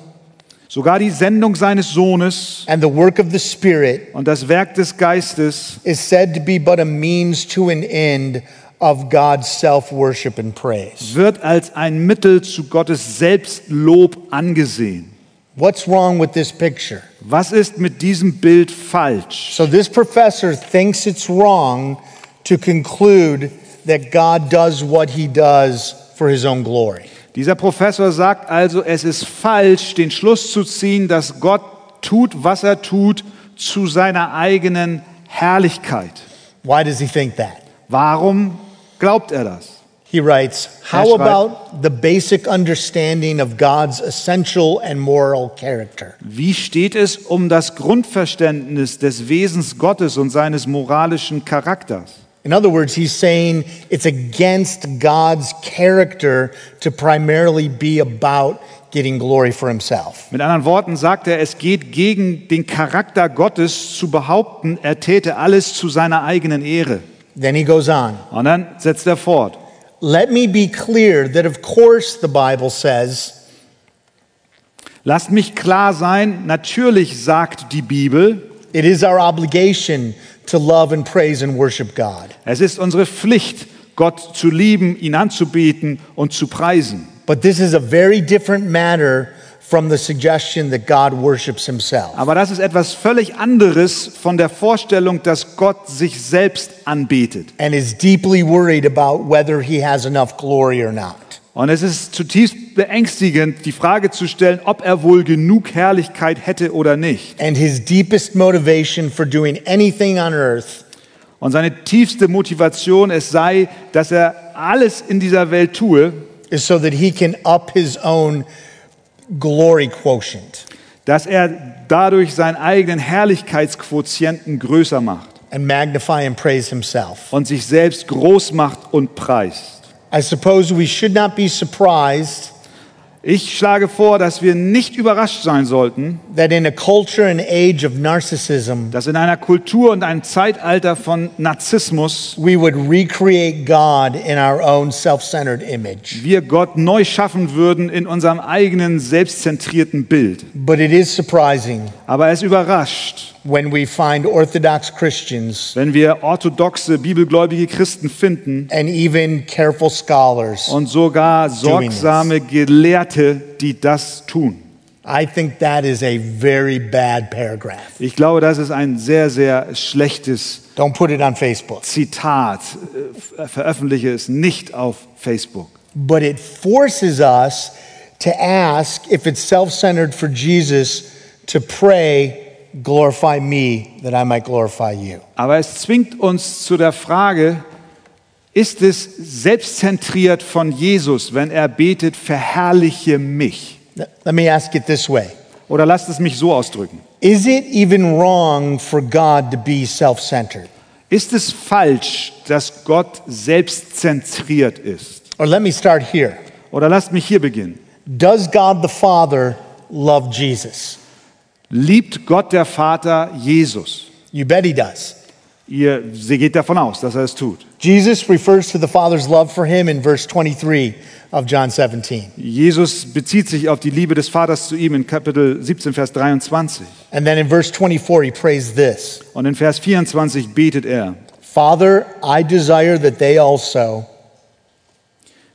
[SPEAKER 2] Sogar die Sendung seines Sohnes
[SPEAKER 1] and the work of the Spirit
[SPEAKER 2] und das Werk des Geistes
[SPEAKER 1] is said to be but a means to an end of God's self worship and praise.
[SPEAKER 2] wird als ein Mittel zu Gottes Selbstlob angesehen.
[SPEAKER 1] What's wrong with this picture?
[SPEAKER 2] Was ist mit diesem Bild falsch?
[SPEAKER 1] So, this professor thinks it's wrong to conclude that God does what he does for his own glory.
[SPEAKER 2] Dieser Professor sagt also, es ist falsch, den Schluss zu ziehen, dass Gott tut, was er tut, zu seiner eigenen Herrlichkeit.
[SPEAKER 1] Why does he think that?
[SPEAKER 2] Warum glaubt er das?
[SPEAKER 1] He writes, How
[SPEAKER 2] That's right.
[SPEAKER 1] about the basic understanding of God's essential and moral character?
[SPEAKER 2] Wie steht es um das Grundverständnis des Wesens Gottes und seines moralischen Charakters?
[SPEAKER 1] In other words, he's saying it's against God's character to primarily be about getting glory for himself.
[SPEAKER 2] Mit anderen Worten sagt er, es geht gegen den Charakter Gottes zu behaupten, er täte alles zu seiner eigenen Ehre.
[SPEAKER 1] Then he goes on.
[SPEAKER 2] Und dann setzt er fort.
[SPEAKER 1] Let me be clear that, of course, the Bible says
[SPEAKER 2] Lasst mich klar sein, natürlich sagt die Bibel,
[SPEAKER 1] it is our obligation to love and praise and worship God.
[SPEAKER 2] es ist unsere Pflicht, Gott zu lieben, ihn anzubeten und zu preisen.
[SPEAKER 1] But this is a very different matter from the suggestion that God worships himself.
[SPEAKER 2] Aber das ist etwas völlig anderes von der Vorstellung, dass Gott sich selbst anbetet.
[SPEAKER 1] and is deeply worried about whether he has enough glory or not.
[SPEAKER 2] Und es ist zutiefst beängstigend, die Frage zu stellen, ob er wohl genug Herrlichkeit hätte oder nicht.
[SPEAKER 1] And his deepest motivation for doing anything on earth
[SPEAKER 2] Und seine tiefste Motivation es sei, dass er alles in dieser Welt tue,
[SPEAKER 1] is so that he can up his own glory quotient
[SPEAKER 2] dass er dadurch seinen eigenen Herrlichkeitsquotienten größer macht
[SPEAKER 1] and magnify and praise himself.
[SPEAKER 2] und sich selbst groß macht und preist.
[SPEAKER 1] I suppose we should not be surprised
[SPEAKER 2] Ich schlage vor, dass wir nicht überrascht sein sollten,
[SPEAKER 1] that in a culture and age of narcissism,
[SPEAKER 2] dass in einer Kultur und einem Zeitalter von Narzissmus
[SPEAKER 1] we would recreate God in our own self centered image.
[SPEAKER 2] wir Gott neu schaffen würden in unserem eigenen selbstzentrierten Bild.
[SPEAKER 1] But it is surprising
[SPEAKER 2] Aber es überrascht,
[SPEAKER 1] when we find Orthodox Christians
[SPEAKER 2] wenn wir orthodoxe, bibelgläubige Christen finden,
[SPEAKER 1] and even careful scholars
[SPEAKER 2] und sogar sorgsame Gelehrte, die das tun.
[SPEAKER 1] I think that is a very bad paragraph.
[SPEAKER 2] Ich glaube, das ist ein sehr, sehr schlechtes
[SPEAKER 1] Don't put it on Facebook.
[SPEAKER 2] Zitat. Äh, Veröffentliche es nicht auf Facebook.
[SPEAKER 1] But it forces us to ask if it's self centered for Jesus to pray, glorify me that I might glorify you.
[SPEAKER 2] Aber es zwingt uns zu der Frage, ist es selbstzentriert von Jesus, wenn er betet, verherrliche mich?
[SPEAKER 1] Let me ask it this way
[SPEAKER 2] Oder lasst es mich so ausdrücken.
[SPEAKER 1] Is it even wrong for God to be self centered?
[SPEAKER 2] Ist es falsch, dass Gott selbstzentriert ist?
[SPEAKER 1] Or let me start here
[SPEAKER 2] Oder lasst mich hier beginnen.
[SPEAKER 1] Does God the Father love Jesus?
[SPEAKER 2] Liebt Gott der Vater Jesus?
[SPEAKER 1] You bet he does.
[SPEAKER 2] Ihr, sie geht davon aus, dass er es tut.
[SPEAKER 1] Jesus refers to the Father's love for him in verse 23 of John 17.
[SPEAKER 2] Jesus bezieht sich auf die Liebe des Vaters zu ihm in Kapitel 17, Vers 23.
[SPEAKER 1] And then in verse 24, he prays this
[SPEAKER 2] Und in Vers 24 betet er,
[SPEAKER 1] Father, I desire that they also,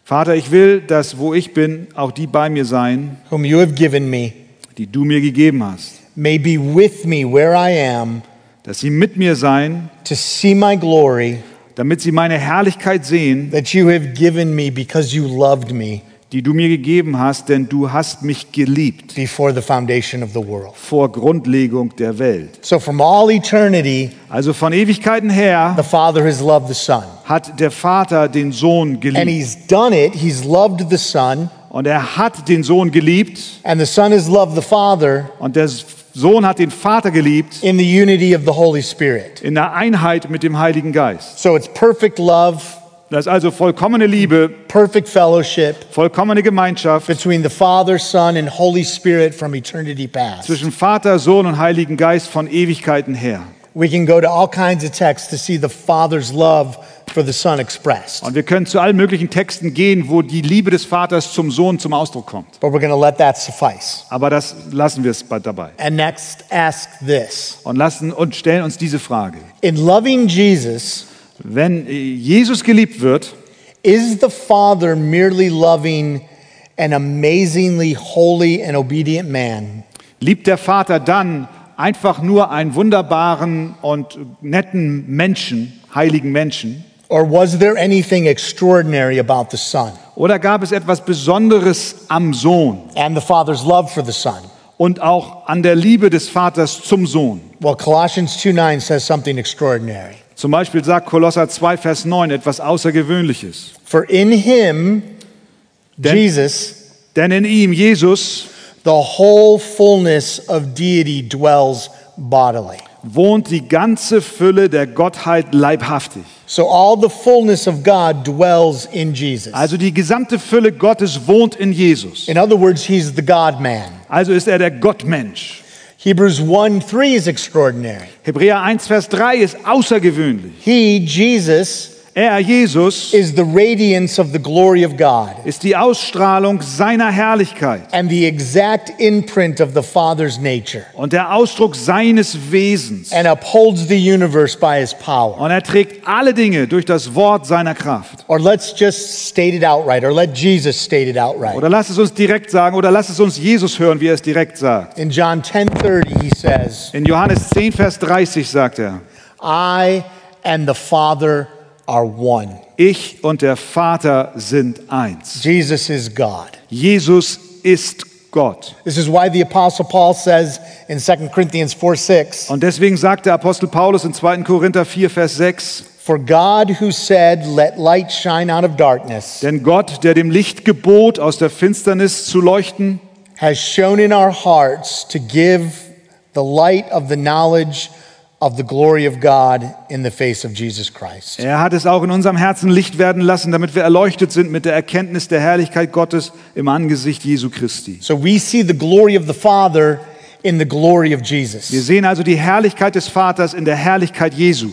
[SPEAKER 2] Vater, ich will, dass wo ich bin, auch die bei mir seien,
[SPEAKER 1] whom you have given me,
[SPEAKER 2] die du mir gegeben hast,
[SPEAKER 1] may be with me where I am
[SPEAKER 2] dass sie mit mir seien,
[SPEAKER 1] to see my glory
[SPEAKER 2] damit sie meine Herrlichkeit sehen,
[SPEAKER 1] that you have given me because you loved me
[SPEAKER 2] die du mir gegeben hast, denn du hast mich geliebt
[SPEAKER 1] before the foundation of the world.
[SPEAKER 2] vor Grundlegung der Welt.
[SPEAKER 1] So from all eternity,
[SPEAKER 2] Also von Ewigkeiten her
[SPEAKER 1] the Father has loved the Son.
[SPEAKER 2] hat der Vater den Sohn
[SPEAKER 1] And
[SPEAKER 2] geliebt.
[SPEAKER 1] he's done it. He's loved the Son,
[SPEAKER 2] Und er hat den Sohn geliebt
[SPEAKER 1] and the Son has loved the Father
[SPEAKER 2] und der Sohn hat den Vater geliebt
[SPEAKER 1] in the unity of the Holy Spirit.
[SPEAKER 2] in der Einheit mit dem Heiligen Geist.
[SPEAKER 1] So it's perfect love,
[SPEAKER 2] Das ist also vollkommene Liebe,
[SPEAKER 1] perfect fellowship.
[SPEAKER 2] vollkommene Gemeinschaft
[SPEAKER 1] between the Father, Son, and Holy Spirit from eternity past.
[SPEAKER 2] zwischen Vater, Sohn und Heiligen Geist von Ewigkeiten her.
[SPEAKER 1] We can go to all kinds of texts to see the Father's love for the Son expressed.
[SPEAKER 2] Und wir können zu allen möglichen Texten gehen, wo die Liebe des Vaters zum Sohn zum Ausdruck kommt.
[SPEAKER 1] But we're going to let that suffice.
[SPEAKER 2] Aber das lassen wir es bei- dabei.
[SPEAKER 1] And next, ask this
[SPEAKER 2] Und lassen und stellen uns diese Frage.
[SPEAKER 1] In loving Jesus,
[SPEAKER 2] Wenn äh, Jesus geliebt wird,
[SPEAKER 1] Is the Father merely loving an amazingly holy and obedient man?
[SPEAKER 2] liebt der Vater dann einfach nur einen wunderbaren und netten Menschen, heiligen Menschen?
[SPEAKER 1] Or was there anything extraordinary about the Son
[SPEAKER 2] Oder gab es etwas Besonderes am Sohn
[SPEAKER 1] and the Father's love for the Son?
[SPEAKER 2] und auch an der Liebe des Vaters zum Sohn?
[SPEAKER 1] Well, Colossians 2 9 says something extraordinary.
[SPEAKER 2] Zum Beispiel sagt Kolosser 2, Vers 9 etwas Außergewöhnliches.
[SPEAKER 1] For in him,
[SPEAKER 2] Then-
[SPEAKER 1] Jesus,
[SPEAKER 2] Denn in ihm, Jesus,
[SPEAKER 1] the whole fullness of deity dwells bodily.
[SPEAKER 2] wohnt die ganze Fülle der Gottheit leibhaftig.
[SPEAKER 1] So all the fullness of God dwells in Jesus.
[SPEAKER 2] Also die gesamte Fülle Gottes wohnt in Jesus.
[SPEAKER 1] In other words, he's the God man.
[SPEAKER 2] Also ist er der Gottmensch.
[SPEAKER 1] Hebrews 1 3 is extraordinary.
[SPEAKER 2] Hebräer 1, Vers 3 ist außergewöhnlich.
[SPEAKER 1] He, Jesus,
[SPEAKER 2] Er, Jesus,
[SPEAKER 1] is the radiance of the glory of God
[SPEAKER 2] ist die Ausstrahlung seiner Herrlichkeit
[SPEAKER 1] and the exact imprint of the Father's nature
[SPEAKER 2] und der Ausdruck seines Wesens.
[SPEAKER 1] and upholds the universe by his power.
[SPEAKER 2] Und er trägt alle Dinge durch das Wort seiner Kraft.
[SPEAKER 1] Or let's just state it outright, or let Jesus state it outright.
[SPEAKER 2] Oder lass es uns direkt sagen, oder lass es uns Jesus hören, wie er es direkt sagt.
[SPEAKER 1] In John 10:30 he says,
[SPEAKER 2] In Johannes 10, Vers 30 sagt er,
[SPEAKER 1] "I and the Father are one.
[SPEAKER 2] ich und der Vater sind eins.
[SPEAKER 1] Jesus is God."
[SPEAKER 2] Jesus ist Gott.
[SPEAKER 1] This is why the apostle Paul says in 2 Corinthians 4:6,
[SPEAKER 2] Und deswegen sagt der Apostel Paulus in 2. Korinther 4, Vers 6,
[SPEAKER 1] "For God who said, let light shine out of darkness,
[SPEAKER 2] denn Gott, der dem Licht gebot, aus der Finsternis zu leuchten,
[SPEAKER 1] has shown in our hearts to give the light of the knowledge of the glory of God in the face of Jesus Christ."
[SPEAKER 2] er hat es auch in unserem Herzen Licht werden lassen, damit wir erleuchtet sind mit der Erkenntnis der Herrlichkeit Gottes im Angesicht Jesu Christi.
[SPEAKER 1] So we see the glory of the Father in the glory of Jesus.
[SPEAKER 2] Wir sehen also die Herrlichkeit des Vaters in der Herrlichkeit Jesu.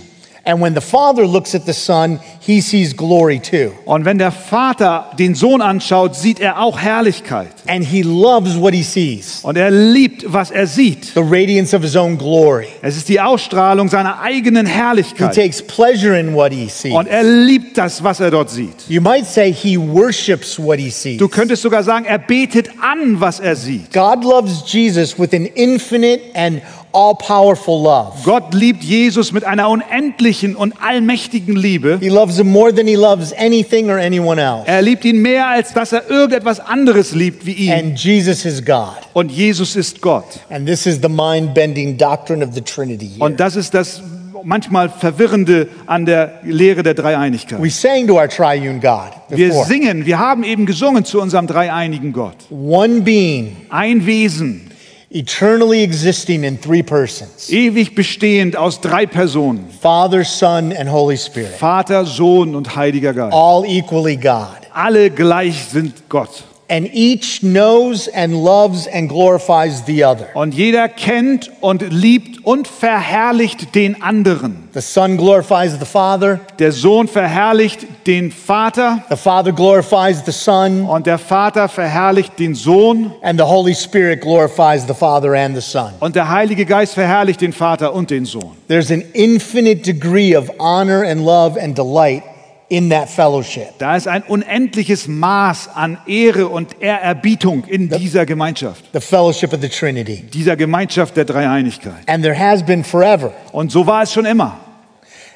[SPEAKER 1] And when the Father looks at the Son, he sees glory too.
[SPEAKER 2] Und wenn der Vater den Sohn anschaut, sieht er auch Herrlichkeit.
[SPEAKER 1] And he loves what he sees
[SPEAKER 2] Und er liebt, was er sieht.
[SPEAKER 1] the radiance of his own glory.
[SPEAKER 2] Es ist die Ausstrahlung seiner eigenen
[SPEAKER 1] He
[SPEAKER 2] Herrlichkeit.
[SPEAKER 1] takes pleasure in what he sees.
[SPEAKER 2] Und er liebt das, was er dort sieht.
[SPEAKER 1] You might say he worships what he sees.
[SPEAKER 2] Du könntest sogar sagen, er betet an, was er sieht.
[SPEAKER 1] God loves Jesus with an infinite and all powerful love.
[SPEAKER 2] Gott liebt Jesus mit einer unendlichen und allmächtigen Liebe.
[SPEAKER 1] He loves him more than he loves anything or anyone else.
[SPEAKER 2] Er liebt ihn mehr, als dass er irgendetwas anderes liebt wie ihn.
[SPEAKER 1] And Jesus is God.
[SPEAKER 2] Und Jesus ist Gott.
[SPEAKER 1] And this is the mind bending doctrine of the Trinity. here.
[SPEAKER 2] Und das ist das manchmal Verwirrende an der Lehre der Dreieinigkeit.
[SPEAKER 1] We sang to our triune God
[SPEAKER 2] Wir
[SPEAKER 1] before.
[SPEAKER 2] singen, wir haben eben gesungen zu unserem dreieinigen Gott.
[SPEAKER 1] One being.
[SPEAKER 2] Ein Wesen,
[SPEAKER 1] eternally existing in three persons
[SPEAKER 2] ewig bestehend aus drei Personen.
[SPEAKER 1] Father, Son, and Holy Spirit,
[SPEAKER 2] Vater, Sohn und Heiliger Geist.
[SPEAKER 1] all equally God.
[SPEAKER 2] Alle gleich sind Gott.
[SPEAKER 1] And each knows and loves and glorifies the other.
[SPEAKER 2] Und jeder kennt und liebt und verherrlicht den anderen.
[SPEAKER 1] The Son glorifies the Father,
[SPEAKER 2] Der Sohn verherrlicht den Vater
[SPEAKER 1] the Father glorifies the Son,
[SPEAKER 2] und der Vater verherrlicht den Sohn
[SPEAKER 1] and the Holy Spirit glorifies the Father and the Son.
[SPEAKER 2] und der Heilige Geist verherrlicht den Vater und den Sohn.
[SPEAKER 1] There's an infinite degree of honor and love and delight in that fellowship.
[SPEAKER 2] Da ist ein unendliches Maß an Ehre und Ehrerbietung in dieser Gemeinschaft,
[SPEAKER 1] The fellowship of the Trinity.
[SPEAKER 2] dieser Gemeinschaft der Dreieinigkeit.
[SPEAKER 1] And there has been forever.
[SPEAKER 2] Und so war es schon immer.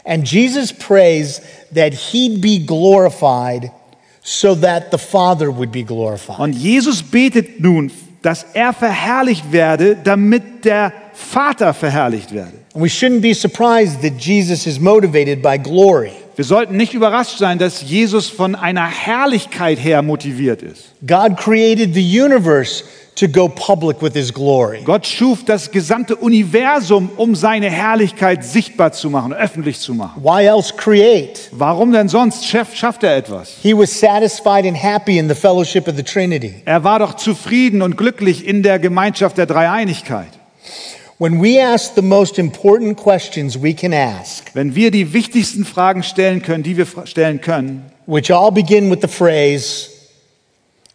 [SPEAKER 1] And Jesus prays that he be glorified so that the Father would be glorified.
[SPEAKER 2] Und Jesus betet nun, dass er verherrlicht werde, damit der Vater verherrlicht werde.
[SPEAKER 1] And we shouldn't be surprised that Jesus is motivated by glory.
[SPEAKER 2] Wir sollten nicht überrascht sein, dass Jesus von einer Herrlichkeit her motiviert ist.
[SPEAKER 1] God created the universe to go public with his glory.
[SPEAKER 2] Gott schuf das gesamte Universum, um seine Herrlichkeit sichtbar zu machen, öffentlich zu machen.
[SPEAKER 1] Why else create?
[SPEAKER 2] Warum denn sonst Chef, schafft er etwas?
[SPEAKER 1] He was satisfied and happy in the fellowship of the Trinity.
[SPEAKER 2] Er war doch zufrieden und glücklich in der Gemeinschaft der Dreieinigkeit.
[SPEAKER 1] When we ask the most important questions we can ask,
[SPEAKER 2] Wenn wir die wichtigsten Fragen stellen können, die wir fra- stellen können,
[SPEAKER 1] which all begin with the phrase,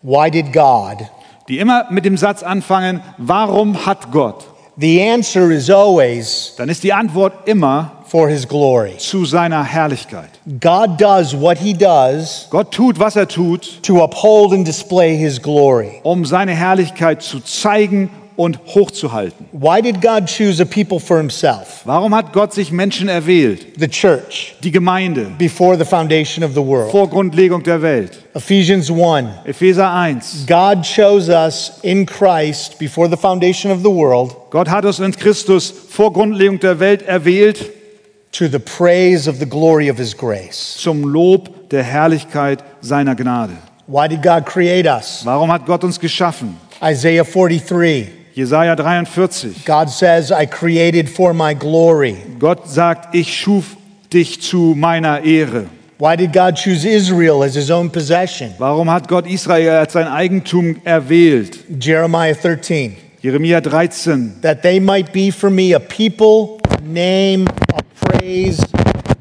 [SPEAKER 1] Why did God?
[SPEAKER 2] die immer mit dem Satz anfangen, warum hat Gott?
[SPEAKER 1] The answer is always,
[SPEAKER 2] dann ist die Antwort immer
[SPEAKER 1] for his glory.
[SPEAKER 2] zu seiner Herrlichkeit.
[SPEAKER 1] God does what he does
[SPEAKER 2] Gott tut, was er tut,
[SPEAKER 1] to uphold and display his glory.
[SPEAKER 2] um seine Herrlichkeit zu zeigen und hochzuhalten.
[SPEAKER 1] Why did God choose a people for himself,
[SPEAKER 2] Warum hat Gott sich Menschen erwählt?
[SPEAKER 1] the church,
[SPEAKER 2] Die Gemeinde
[SPEAKER 1] before the foundation of the world?
[SPEAKER 2] vor Grundlegung der Welt.
[SPEAKER 1] Ephesians 1
[SPEAKER 2] Epheser 1.
[SPEAKER 1] God chose us in Christ before the foundation of the world
[SPEAKER 2] Gott hat uns in Christus vor Grundlegung der Welt erwählt
[SPEAKER 1] to the praise of the glory of his grace.
[SPEAKER 2] zum Lob der Herrlichkeit seiner Gnade.
[SPEAKER 1] Why did God create us?
[SPEAKER 2] Warum hat Gott uns geschaffen?
[SPEAKER 1] Isaiah 43.
[SPEAKER 2] Jesaja 43.
[SPEAKER 1] God says, I created for my glory.
[SPEAKER 2] Gott sagt, ich schuf dich zu meiner Ehre.
[SPEAKER 1] Why did God choose Israel as his own possession?
[SPEAKER 2] Warum hat Gott Israel als sein Eigentum erwählt?
[SPEAKER 1] Jeremiah 13.
[SPEAKER 2] Jeremia 13.
[SPEAKER 1] That they might be for me a people, a name, a praise,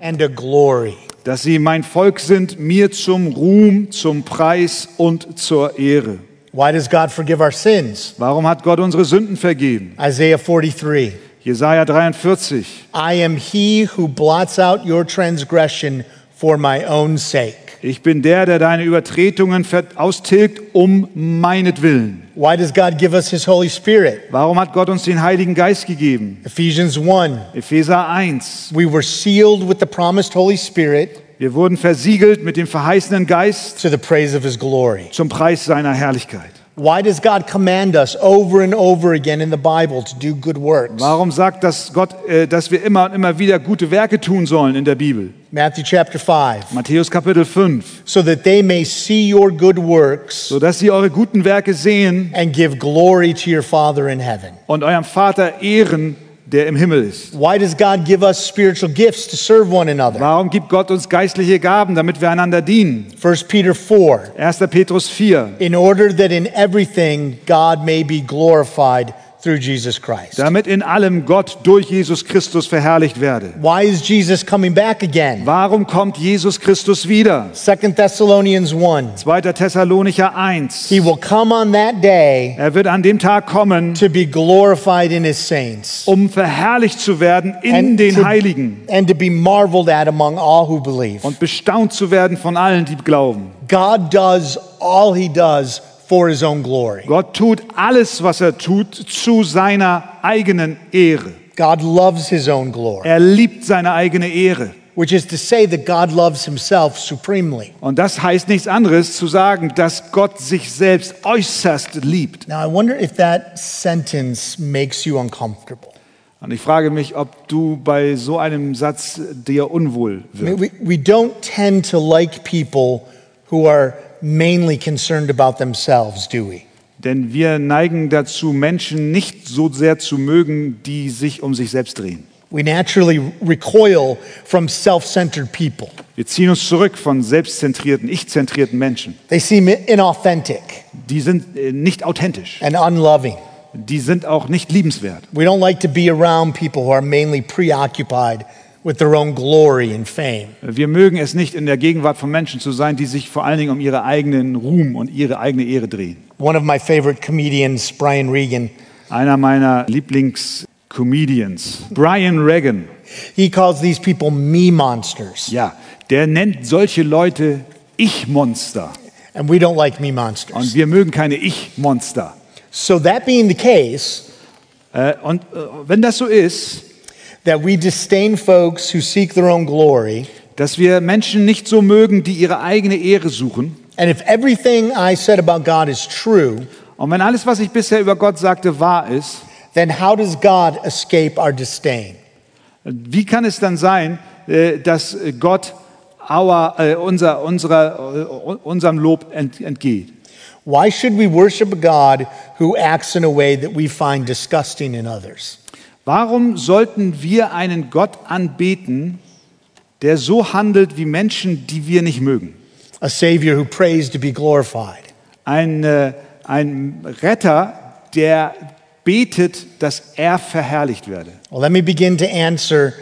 [SPEAKER 1] and a glory.
[SPEAKER 2] Dass sie mein Volk sind, mir zum Ruhm, zum Preis und zur Ehre.
[SPEAKER 1] Why does God forgive our sins?
[SPEAKER 2] Warum hat Gott unsere Sünden vergeben?
[SPEAKER 1] Isaiah 43.
[SPEAKER 2] Jesaja 43.
[SPEAKER 1] I am he who blots out your transgression for my own sake.
[SPEAKER 2] Ich bin der, der deine Übertretungen ver- austilgt um meinetwillen.
[SPEAKER 1] Why does God give us his Holy Spirit?
[SPEAKER 2] Warum hat Gott uns den Heiligen Geist gegeben?
[SPEAKER 1] Ephesians 1.
[SPEAKER 2] Epheser 1.
[SPEAKER 1] We were sealed with the promised Holy Spirit
[SPEAKER 2] Wir wurden versiegelt mit dem verheißenen Geist
[SPEAKER 1] to the praise of his glory.
[SPEAKER 2] zum Preis seiner Herrlichkeit.
[SPEAKER 1] Why does God command us over and over again in the Bible to do good works?
[SPEAKER 2] Warum sagt das Gott, äh, dass wir immer und immer wieder gute Werke tun sollen in der Bibel?
[SPEAKER 1] Matthew chapter 5.
[SPEAKER 2] Matthäus Kapitel 5.
[SPEAKER 1] So that they may see your good works
[SPEAKER 2] Sodass sie eure guten Werke sehen
[SPEAKER 1] and give glory to your Father in heaven.
[SPEAKER 2] und eurem Vater ehren, der im Himmel ist.
[SPEAKER 1] Why does God give us spiritual gifts to serve one another?
[SPEAKER 2] Warum gibt Gott uns geistliche Gaben, damit wir einander dienen?
[SPEAKER 1] 1 Peter 4.
[SPEAKER 2] 1. Petrus 4.
[SPEAKER 1] In order that in everything God may be glorified through Jesus Christ.
[SPEAKER 2] damit in allem Gott durch Jesus Christus verherrlicht werde.
[SPEAKER 1] Why is Jesus coming back again?
[SPEAKER 2] Warum kommt Jesus Christus wieder?
[SPEAKER 1] 2 Thessalonians 1.
[SPEAKER 2] 2. Thessalonicher 1.
[SPEAKER 1] He will come on that day
[SPEAKER 2] Er wird an dem Tag kommen,
[SPEAKER 1] to be glorified in his saints.
[SPEAKER 2] um verherrlicht zu werden in
[SPEAKER 1] and
[SPEAKER 2] den
[SPEAKER 1] to-
[SPEAKER 2] Heiligen
[SPEAKER 1] and to be marveled at among all who believe.
[SPEAKER 2] und bestaunt zu werden von allen, die glauben.
[SPEAKER 1] God does all he does for his own glory.
[SPEAKER 2] Gott tut alles, was er tut, zu seiner eigenen Ehre.
[SPEAKER 1] God loves his own glory,
[SPEAKER 2] Er liebt seine eigene Ehre.
[SPEAKER 1] which is to say that God loves himself supremely.
[SPEAKER 2] Und das heißt nichts anderes zu sagen, dass Gott sich selbst äußerst liebt.
[SPEAKER 1] Now, I wonder if that sentence makes you uncomfortable.
[SPEAKER 2] Und ich frage mich, ob du bei so einem Satz dir unwohl
[SPEAKER 1] I mean,
[SPEAKER 2] wirst.
[SPEAKER 1] we, we don't tend to like people who are mainly concerned about themselves, do we?
[SPEAKER 2] Denn wir neigen dazu, Menschen nicht so sehr zu mögen, die sich um sich selbst drehen.
[SPEAKER 1] We naturally recoil from self centered people,
[SPEAKER 2] Wir ziehen uns zurück von selbstzentrierten, ich-zentrierten Menschen.
[SPEAKER 1] they seem inauthentic
[SPEAKER 2] Die sind äh, nicht authentisch.
[SPEAKER 1] and unloving.
[SPEAKER 2] Die sind auch nicht liebenswert.
[SPEAKER 1] We don't like to be around people who are mainly preoccupied with their own glory and fame.
[SPEAKER 2] Wir mögen es nicht, in der Gegenwart von Menschen zu sein, die sich vor allen Dingen um ihren eigenen Ruhm und ihre eigene Ehre drehen.
[SPEAKER 1] One of my favorite comedians, Brian Regan,
[SPEAKER 2] Einer meiner Lieblingscomedians, Brian Regan,
[SPEAKER 1] he calls these people me monsters.
[SPEAKER 2] ja, der nennt solche Leute Ich-Monster.
[SPEAKER 1] And we don't like me
[SPEAKER 2] Und
[SPEAKER 1] monsters.
[SPEAKER 2] wir mögen keine Ich-Monster.
[SPEAKER 1] So, that being the case,
[SPEAKER 2] Äh, und äh, wenn das so ist,
[SPEAKER 1] that we disdain folks who seek their own glory,
[SPEAKER 2] dass wir Menschen nicht so mögen, die ihre eigene Ehre suchen.
[SPEAKER 1] and if everything I said about God is true,
[SPEAKER 2] Und wenn alles, was ich bisher über Gott sagte, wahr ist,
[SPEAKER 1] then how does God escape our disdain?
[SPEAKER 2] wie kann es dann sein, äh, dass Gott our, äh, unser, unserer, äh, unserem Lob ent, entgeht?
[SPEAKER 1] Why should we worship a God who acts in a way that we find disgusting in others?
[SPEAKER 2] Warum sollten wir einen Gott anbeten, der so handelt wie Menschen, die wir nicht mögen?
[SPEAKER 1] a Savior who prays to be glorified,
[SPEAKER 2] Ein, äh, ein Retter, der betet, dass er verherrlicht werde.
[SPEAKER 1] well, let me begin to answer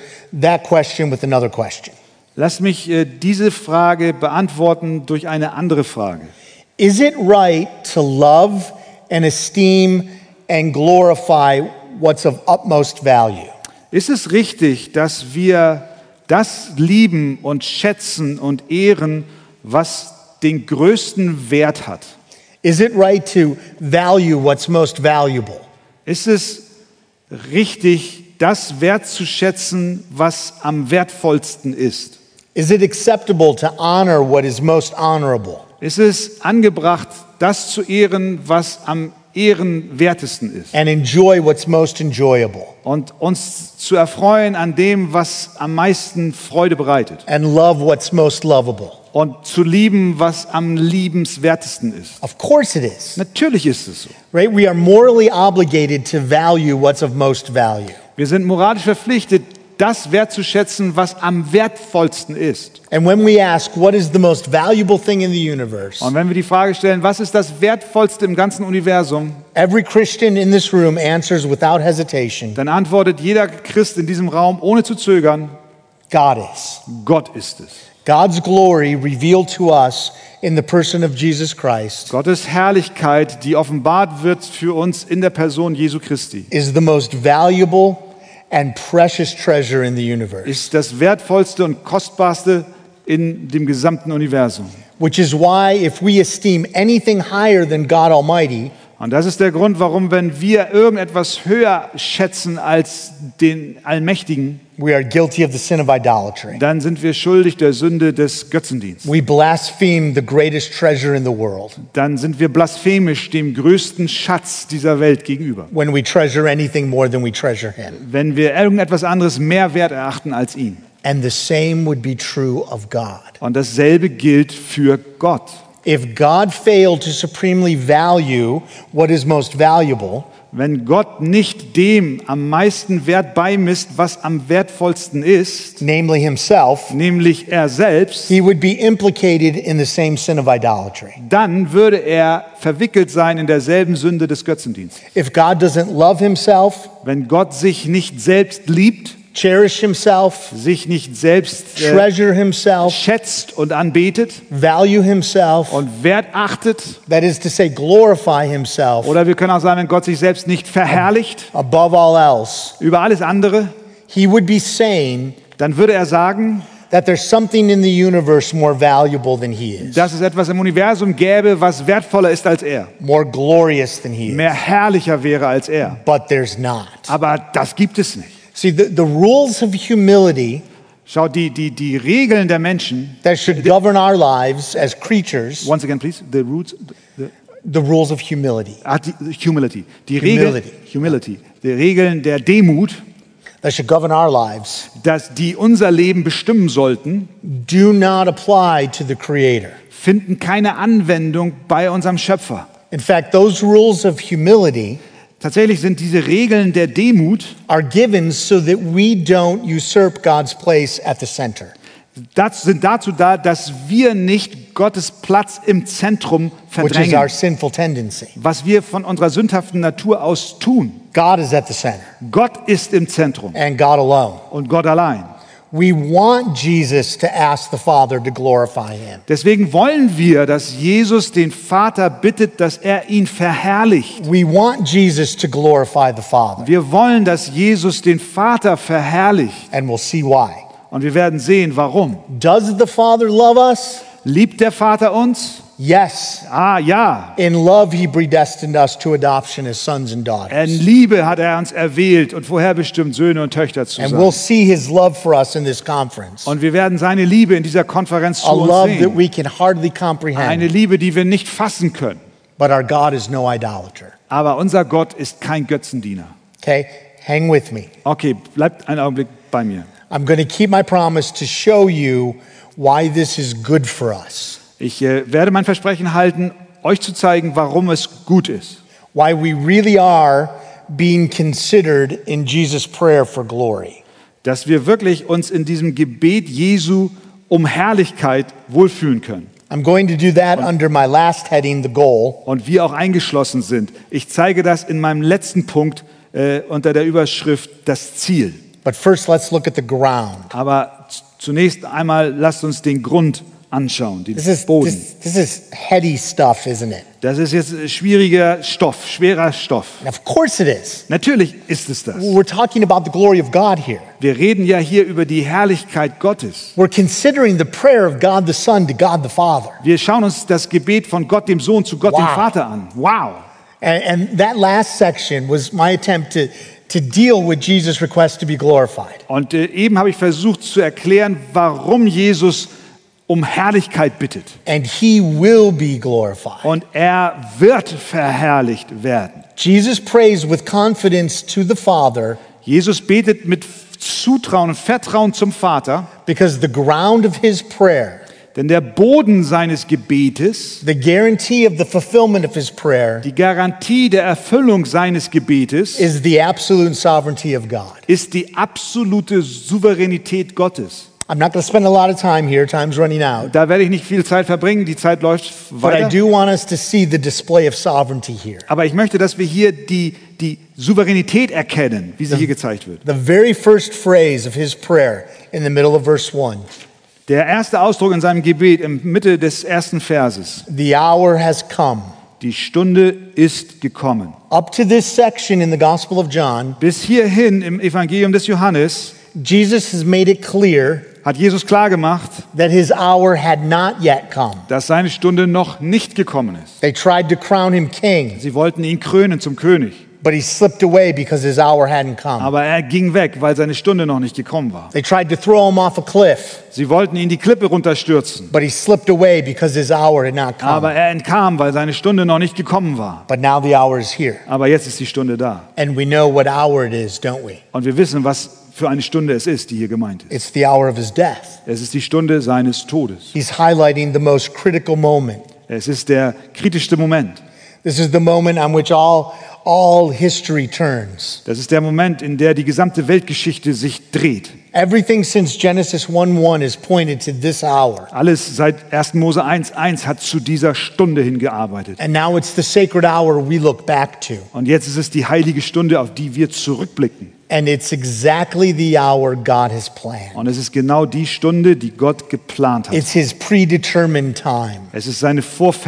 [SPEAKER 1] that question with another question.
[SPEAKER 2] Lass mich äh, diese Frage beantworten durch eine andere Frage.
[SPEAKER 1] Is it right to love and esteem and glorify what's of utmost value?
[SPEAKER 2] Ist es richtig, dass wir das lieben und schätzen und ehren, was den größten Wert hat?
[SPEAKER 1] Is it right to value what's most valuable?
[SPEAKER 2] Ist es richtig, das wertzuschätzen, was am wertvollsten ist?
[SPEAKER 1] Is it acceptable to honor what is most honorable?
[SPEAKER 2] Ist es angebracht, das zu ehren, was am ehrenwertesten ist?
[SPEAKER 1] And enjoy what's most enjoyable?
[SPEAKER 2] Und uns zu erfreuen an dem, was am meisten Freude bereitet.
[SPEAKER 1] And love what's most lovable?
[SPEAKER 2] Und zu lieben, was am liebenswertesten ist.
[SPEAKER 1] Of course it is,
[SPEAKER 2] Natürlich ist es so.
[SPEAKER 1] right? We are morally obligated to value what's of most value.
[SPEAKER 2] Wir sind moralisch verpflichtet, das wertzuschätzen, was am wertvollsten ist.
[SPEAKER 1] And when we ask, what is the most valuable thing in the universe?
[SPEAKER 2] Und wenn wir die Frage stellen, was ist das Wertvollste im ganzen Universum,
[SPEAKER 1] Every Christian in this room answers without hesitation
[SPEAKER 2] dann antwortet jeder Christ in diesem Raum ohne zu zögern,
[SPEAKER 1] God is.
[SPEAKER 2] Gott ist es.
[SPEAKER 1] God's glory revealed to us in the person of Jesus Christ
[SPEAKER 2] Gottes Herrlichkeit, die offenbart wird für uns in der Person Jesu Christi,
[SPEAKER 1] is the most valuable and precious treasure in the universe,
[SPEAKER 2] ist das Wertvollste und Kostbarste in dem gesamten Universum.
[SPEAKER 1] which is why if we esteem anything higher than God Almighty,
[SPEAKER 2] Und das ist der Grund, warum, wenn wir irgendetwas höher schätzen als den Allmächtigen,
[SPEAKER 1] we are guilty of the sin of idolatry.
[SPEAKER 2] dann sind wir schuldig der Sünde des Götzendienstes.
[SPEAKER 1] We blaspheme the greatest treasure in the world
[SPEAKER 2] Dann sind wir blasphemisch dem größten Schatz dieser Welt gegenüber,
[SPEAKER 1] when we treasure anything more than we treasure Him.
[SPEAKER 2] wenn wir irgendetwas anderes mehr wert erachten als ihn.
[SPEAKER 1] And the same would be true of God.
[SPEAKER 2] Und dasselbe gilt für Gott.
[SPEAKER 1] If God failed to supremely value what is most valuable,
[SPEAKER 2] Wenn Gott nicht dem am meisten Wert beimisst, was am wertvollsten ist,
[SPEAKER 1] namely Himself,
[SPEAKER 2] nämlich er selbst,
[SPEAKER 1] he would be implicated in the same sin of idolatry.
[SPEAKER 2] dann würde er verwickelt sein in derselben Sünde des Götzendienstes.
[SPEAKER 1] If God doesn't love Himself,
[SPEAKER 2] Wenn Gott sich nicht selbst liebt,
[SPEAKER 1] cherish Himself,
[SPEAKER 2] sich nicht selbst äh,
[SPEAKER 1] treasure Himself,
[SPEAKER 2] schätzt und anbetet
[SPEAKER 1] value Himself,
[SPEAKER 2] und wertachtet,
[SPEAKER 1] that is to say, glorify Himself
[SPEAKER 2] oder wir können auch sagen, wenn Gott sich selbst nicht verherrlicht
[SPEAKER 1] above all else,
[SPEAKER 2] über alles andere,
[SPEAKER 1] He would be saying
[SPEAKER 2] dann würde er sagen,
[SPEAKER 1] that there's something in the universe more valuable than He is,
[SPEAKER 2] dass es etwas im Universum gäbe, was wertvoller ist als er,
[SPEAKER 1] more glorious than He is.
[SPEAKER 2] mehr herrlicher wäre als er.
[SPEAKER 1] But there's not.
[SPEAKER 2] Aber das gibt es nicht.
[SPEAKER 1] See, the, the rules of humility
[SPEAKER 2] Schau, die, die, die Regeln der Menschen,
[SPEAKER 1] that should govern our lives as creatures,
[SPEAKER 2] once again please, the roots, the,
[SPEAKER 1] the rules of humility,
[SPEAKER 2] ah, die, humility, die Regeln,
[SPEAKER 1] Humility.
[SPEAKER 2] humility, die Regeln der Demut,
[SPEAKER 1] that should govern our lives.
[SPEAKER 2] dass die unser Leben bestimmen sollten,
[SPEAKER 1] do not apply to the Creator.
[SPEAKER 2] finden keine Anwendung bei unserem Schöpfer.
[SPEAKER 1] In fact, those rules of humility
[SPEAKER 2] Tatsächlich sind diese Regeln der Demut
[SPEAKER 1] are given so that we don't usurp God's place at the center.
[SPEAKER 2] dazu, sind dazu da, dass wir nicht Gottes Platz im Zentrum
[SPEAKER 1] Which is our
[SPEAKER 2] verdrängen,
[SPEAKER 1] sinful tendency.
[SPEAKER 2] was wir von unserer sündhaften Natur aus tun.
[SPEAKER 1] God is at the center
[SPEAKER 2] Gott ist im Zentrum
[SPEAKER 1] and God alone.
[SPEAKER 2] und Gott allein.
[SPEAKER 1] We want Jesus to ask the Father to glorify him.
[SPEAKER 2] Deswegen wollen wir, dass Jesus den Vater bittet, dass er ihn verherrlicht.
[SPEAKER 1] We want Jesus to glorify the Father,
[SPEAKER 2] Wir wollen, dass Jesus den Vater verherrlicht.
[SPEAKER 1] and we'll see why.
[SPEAKER 2] Und wir werden sehen, warum.
[SPEAKER 1] Does the Father love us?
[SPEAKER 2] Liebt der Vater uns?
[SPEAKER 1] Yes.
[SPEAKER 2] Ah ja.
[SPEAKER 1] In love, he predestined us to adoption as sons and daughters.
[SPEAKER 2] In Liebe hat er uns erwählt und vorherbestimmt, Söhne und Töchter zu
[SPEAKER 1] And we'll see
[SPEAKER 2] sein.
[SPEAKER 1] his love for us in this conference.
[SPEAKER 2] Und wir werden seine Liebe in dieser Konferenz zu
[SPEAKER 1] a love
[SPEAKER 2] uns
[SPEAKER 1] that
[SPEAKER 2] sehen.
[SPEAKER 1] we can hardly
[SPEAKER 2] Eine
[SPEAKER 1] comprehend.
[SPEAKER 2] Liebe, die wir nicht fassen können.
[SPEAKER 1] But our God is no idolater.
[SPEAKER 2] Aber unser Gott ist kein Götzendiener.
[SPEAKER 1] Okay? Hang with me.
[SPEAKER 2] Okay, bleibt einen Augenblick bei mir.
[SPEAKER 1] I'm going to keep my promise to show you why this is good for us,
[SPEAKER 2] Ich äh, werde mein Versprechen halten, euch zu zeigen, warum es gut ist.
[SPEAKER 1] why we really are being considered in Jesus' prayer for glory.
[SPEAKER 2] dass wir wirklich uns in diesem Gebet Jesu um Herrlichkeit wohlfühlen können
[SPEAKER 1] I'm going to do that under my last heading, the goal,
[SPEAKER 2] und wir auch eingeschlossen sind. Ich zeige das in meinem letzten Punkt äh, unter der Überschrift das Ziel.
[SPEAKER 1] but first let's look at the ground.
[SPEAKER 2] Aber z- zunächst einmal lasst uns den Grund anschauen, den
[SPEAKER 1] This is,
[SPEAKER 2] Boden.
[SPEAKER 1] this, this is heady stuff, isn't it?
[SPEAKER 2] Das ist jetzt schwieriger Stoff, schwerer Stoff.
[SPEAKER 1] And of course it is.
[SPEAKER 2] Natürlich ist es das.
[SPEAKER 1] We're talking about the glory of God here.
[SPEAKER 2] Wir reden ja hier über die Herrlichkeit Gottes.
[SPEAKER 1] We're considering the prayer of God the Son to God the Father.
[SPEAKER 2] Wir schauen uns das Gebet von Gott dem Sohn zu Gott dem
[SPEAKER 1] Wow.
[SPEAKER 2] Vater an. Wow.
[SPEAKER 1] And, and that last section was my attempt to, to deal with Jesus' request to be glorified.
[SPEAKER 2] Und äh, eben habe ich versucht zu erklären, warum Jesus um Herrlichkeit bittet.
[SPEAKER 1] And he will be glorified.
[SPEAKER 2] Und er wird verherrlicht werden.
[SPEAKER 1] Jesus prays with confidence to the Father
[SPEAKER 2] Jesus betet mit Zutrauen und Vertrauen zum Vater,
[SPEAKER 1] because the ground of his prayer,
[SPEAKER 2] denn der Boden seines Gebetes,
[SPEAKER 1] the guarantee of the fulfillment of his prayer,
[SPEAKER 2] die Garantie der Erfüllung seines Gebetes,
[SPEAKER 1] is the absolute sovereignty of God.
[SPEAKER 2] ist die absolute Souveränität Gottes.
[SPEAKER 1] I'm not going to spend a lot of time here, time's running out.
[SPEAKER 2] Da werde ich nicht viel Zeit verbringen, die Zeit läuft
[SPEAKER 1] But I
[SPEAKER 2] weiter.
[SPEAKER 1] do want us to see the display of sovereignty here.
[SPEAKER 2] Aber ich möchte, dass wir hier die, die Souveränität erkennen, wie sie hier gezeigt wird.
[SPEAKER 1] The very first phrase of his prayer in the middle of verse 1
[SPEAKER 2] Der erste Ausdruck in seinem Gebet im Mitte des ersten Verses,
[SPEAKER 1] The hour has come.
[SPEAKER 2] die Stunde ist gekommen.
[SPEAKER 1] Up to this section in the Gospel of John,
[SPEAKER 2] Bis hierhin im Evangelium des Johannes
[SPEAKER 1] Jesus has made it clear
[SPEAKER 2] hat Jesus klargemacht,
[SPEAKER 1] that his hour had not yet come.
[SPEAKER 2] dass seine Stunde noch nicht gekommen ist.
[SPEAKER 1] They tried to crown him king,
[SPEAKER 2] Sie wollten ihn krönen zum König,
[SPEAKER 1] but he slipped away because his hour hadn't come.
[SPEAKER 2] aber er ging weg, weil seine Stunde noch nicht gekommen war.
[SPEAKER 1] They tried to throw him off a cliff,
[SPEAKER 2] Sie wollten ihn die Klippe runterstürzen,
[SPEAKER 1] but he slipped away because his hour had not come.
[SPEAKER 2] aber er entkam, weil seine Stunde noch nicht gekommen war.
[SPEAKER 1] But now the hour is here.
[SPEAKER 2] Aber jetzt ist die Stunde da.
[SPEAKER 1] And we know what hour it is, don't we?
[SPEAKER 2] Und wir wissen, was für eine Stunde es ist, die hier gemeint ist.
[SPEAKER 1] It's the hour of his death.
[SPEAKER 2] Es ist die Stunde seines Todes.
[SPEAKER 1] He's highlighting the most critical moment.
[SPEAKER 2] Es ist der kritischste Moment.
[SPEAKER 1] This is the moment on which all, all history turns.
[SPEAKER 2] Das ist der Moment, in der die gesamte Weltgeschichte sich dreht.
[SPEAKER 1] Everything since Genesis 1 1 is pointed to this hour.
[SPEAKER 2] Alles seit 1. Mose 1.1 hat zu dieser Stunde hingearbeitet.
[SPEAKER 1] And now it's the sacred hour we look back to.
[SPEAKER 2] Und jetzt ist es die heilige Stunde, auf die wir zurückblicken.
[SPEAKER 1] And it's exactly the hour God has planned.
[SPEAKER 2] Und es ist genau die Stunde, die Gott geplant hat.
[SPEAKER 1] It's his predetermined time.
[SPEAKER 2] Es ist seine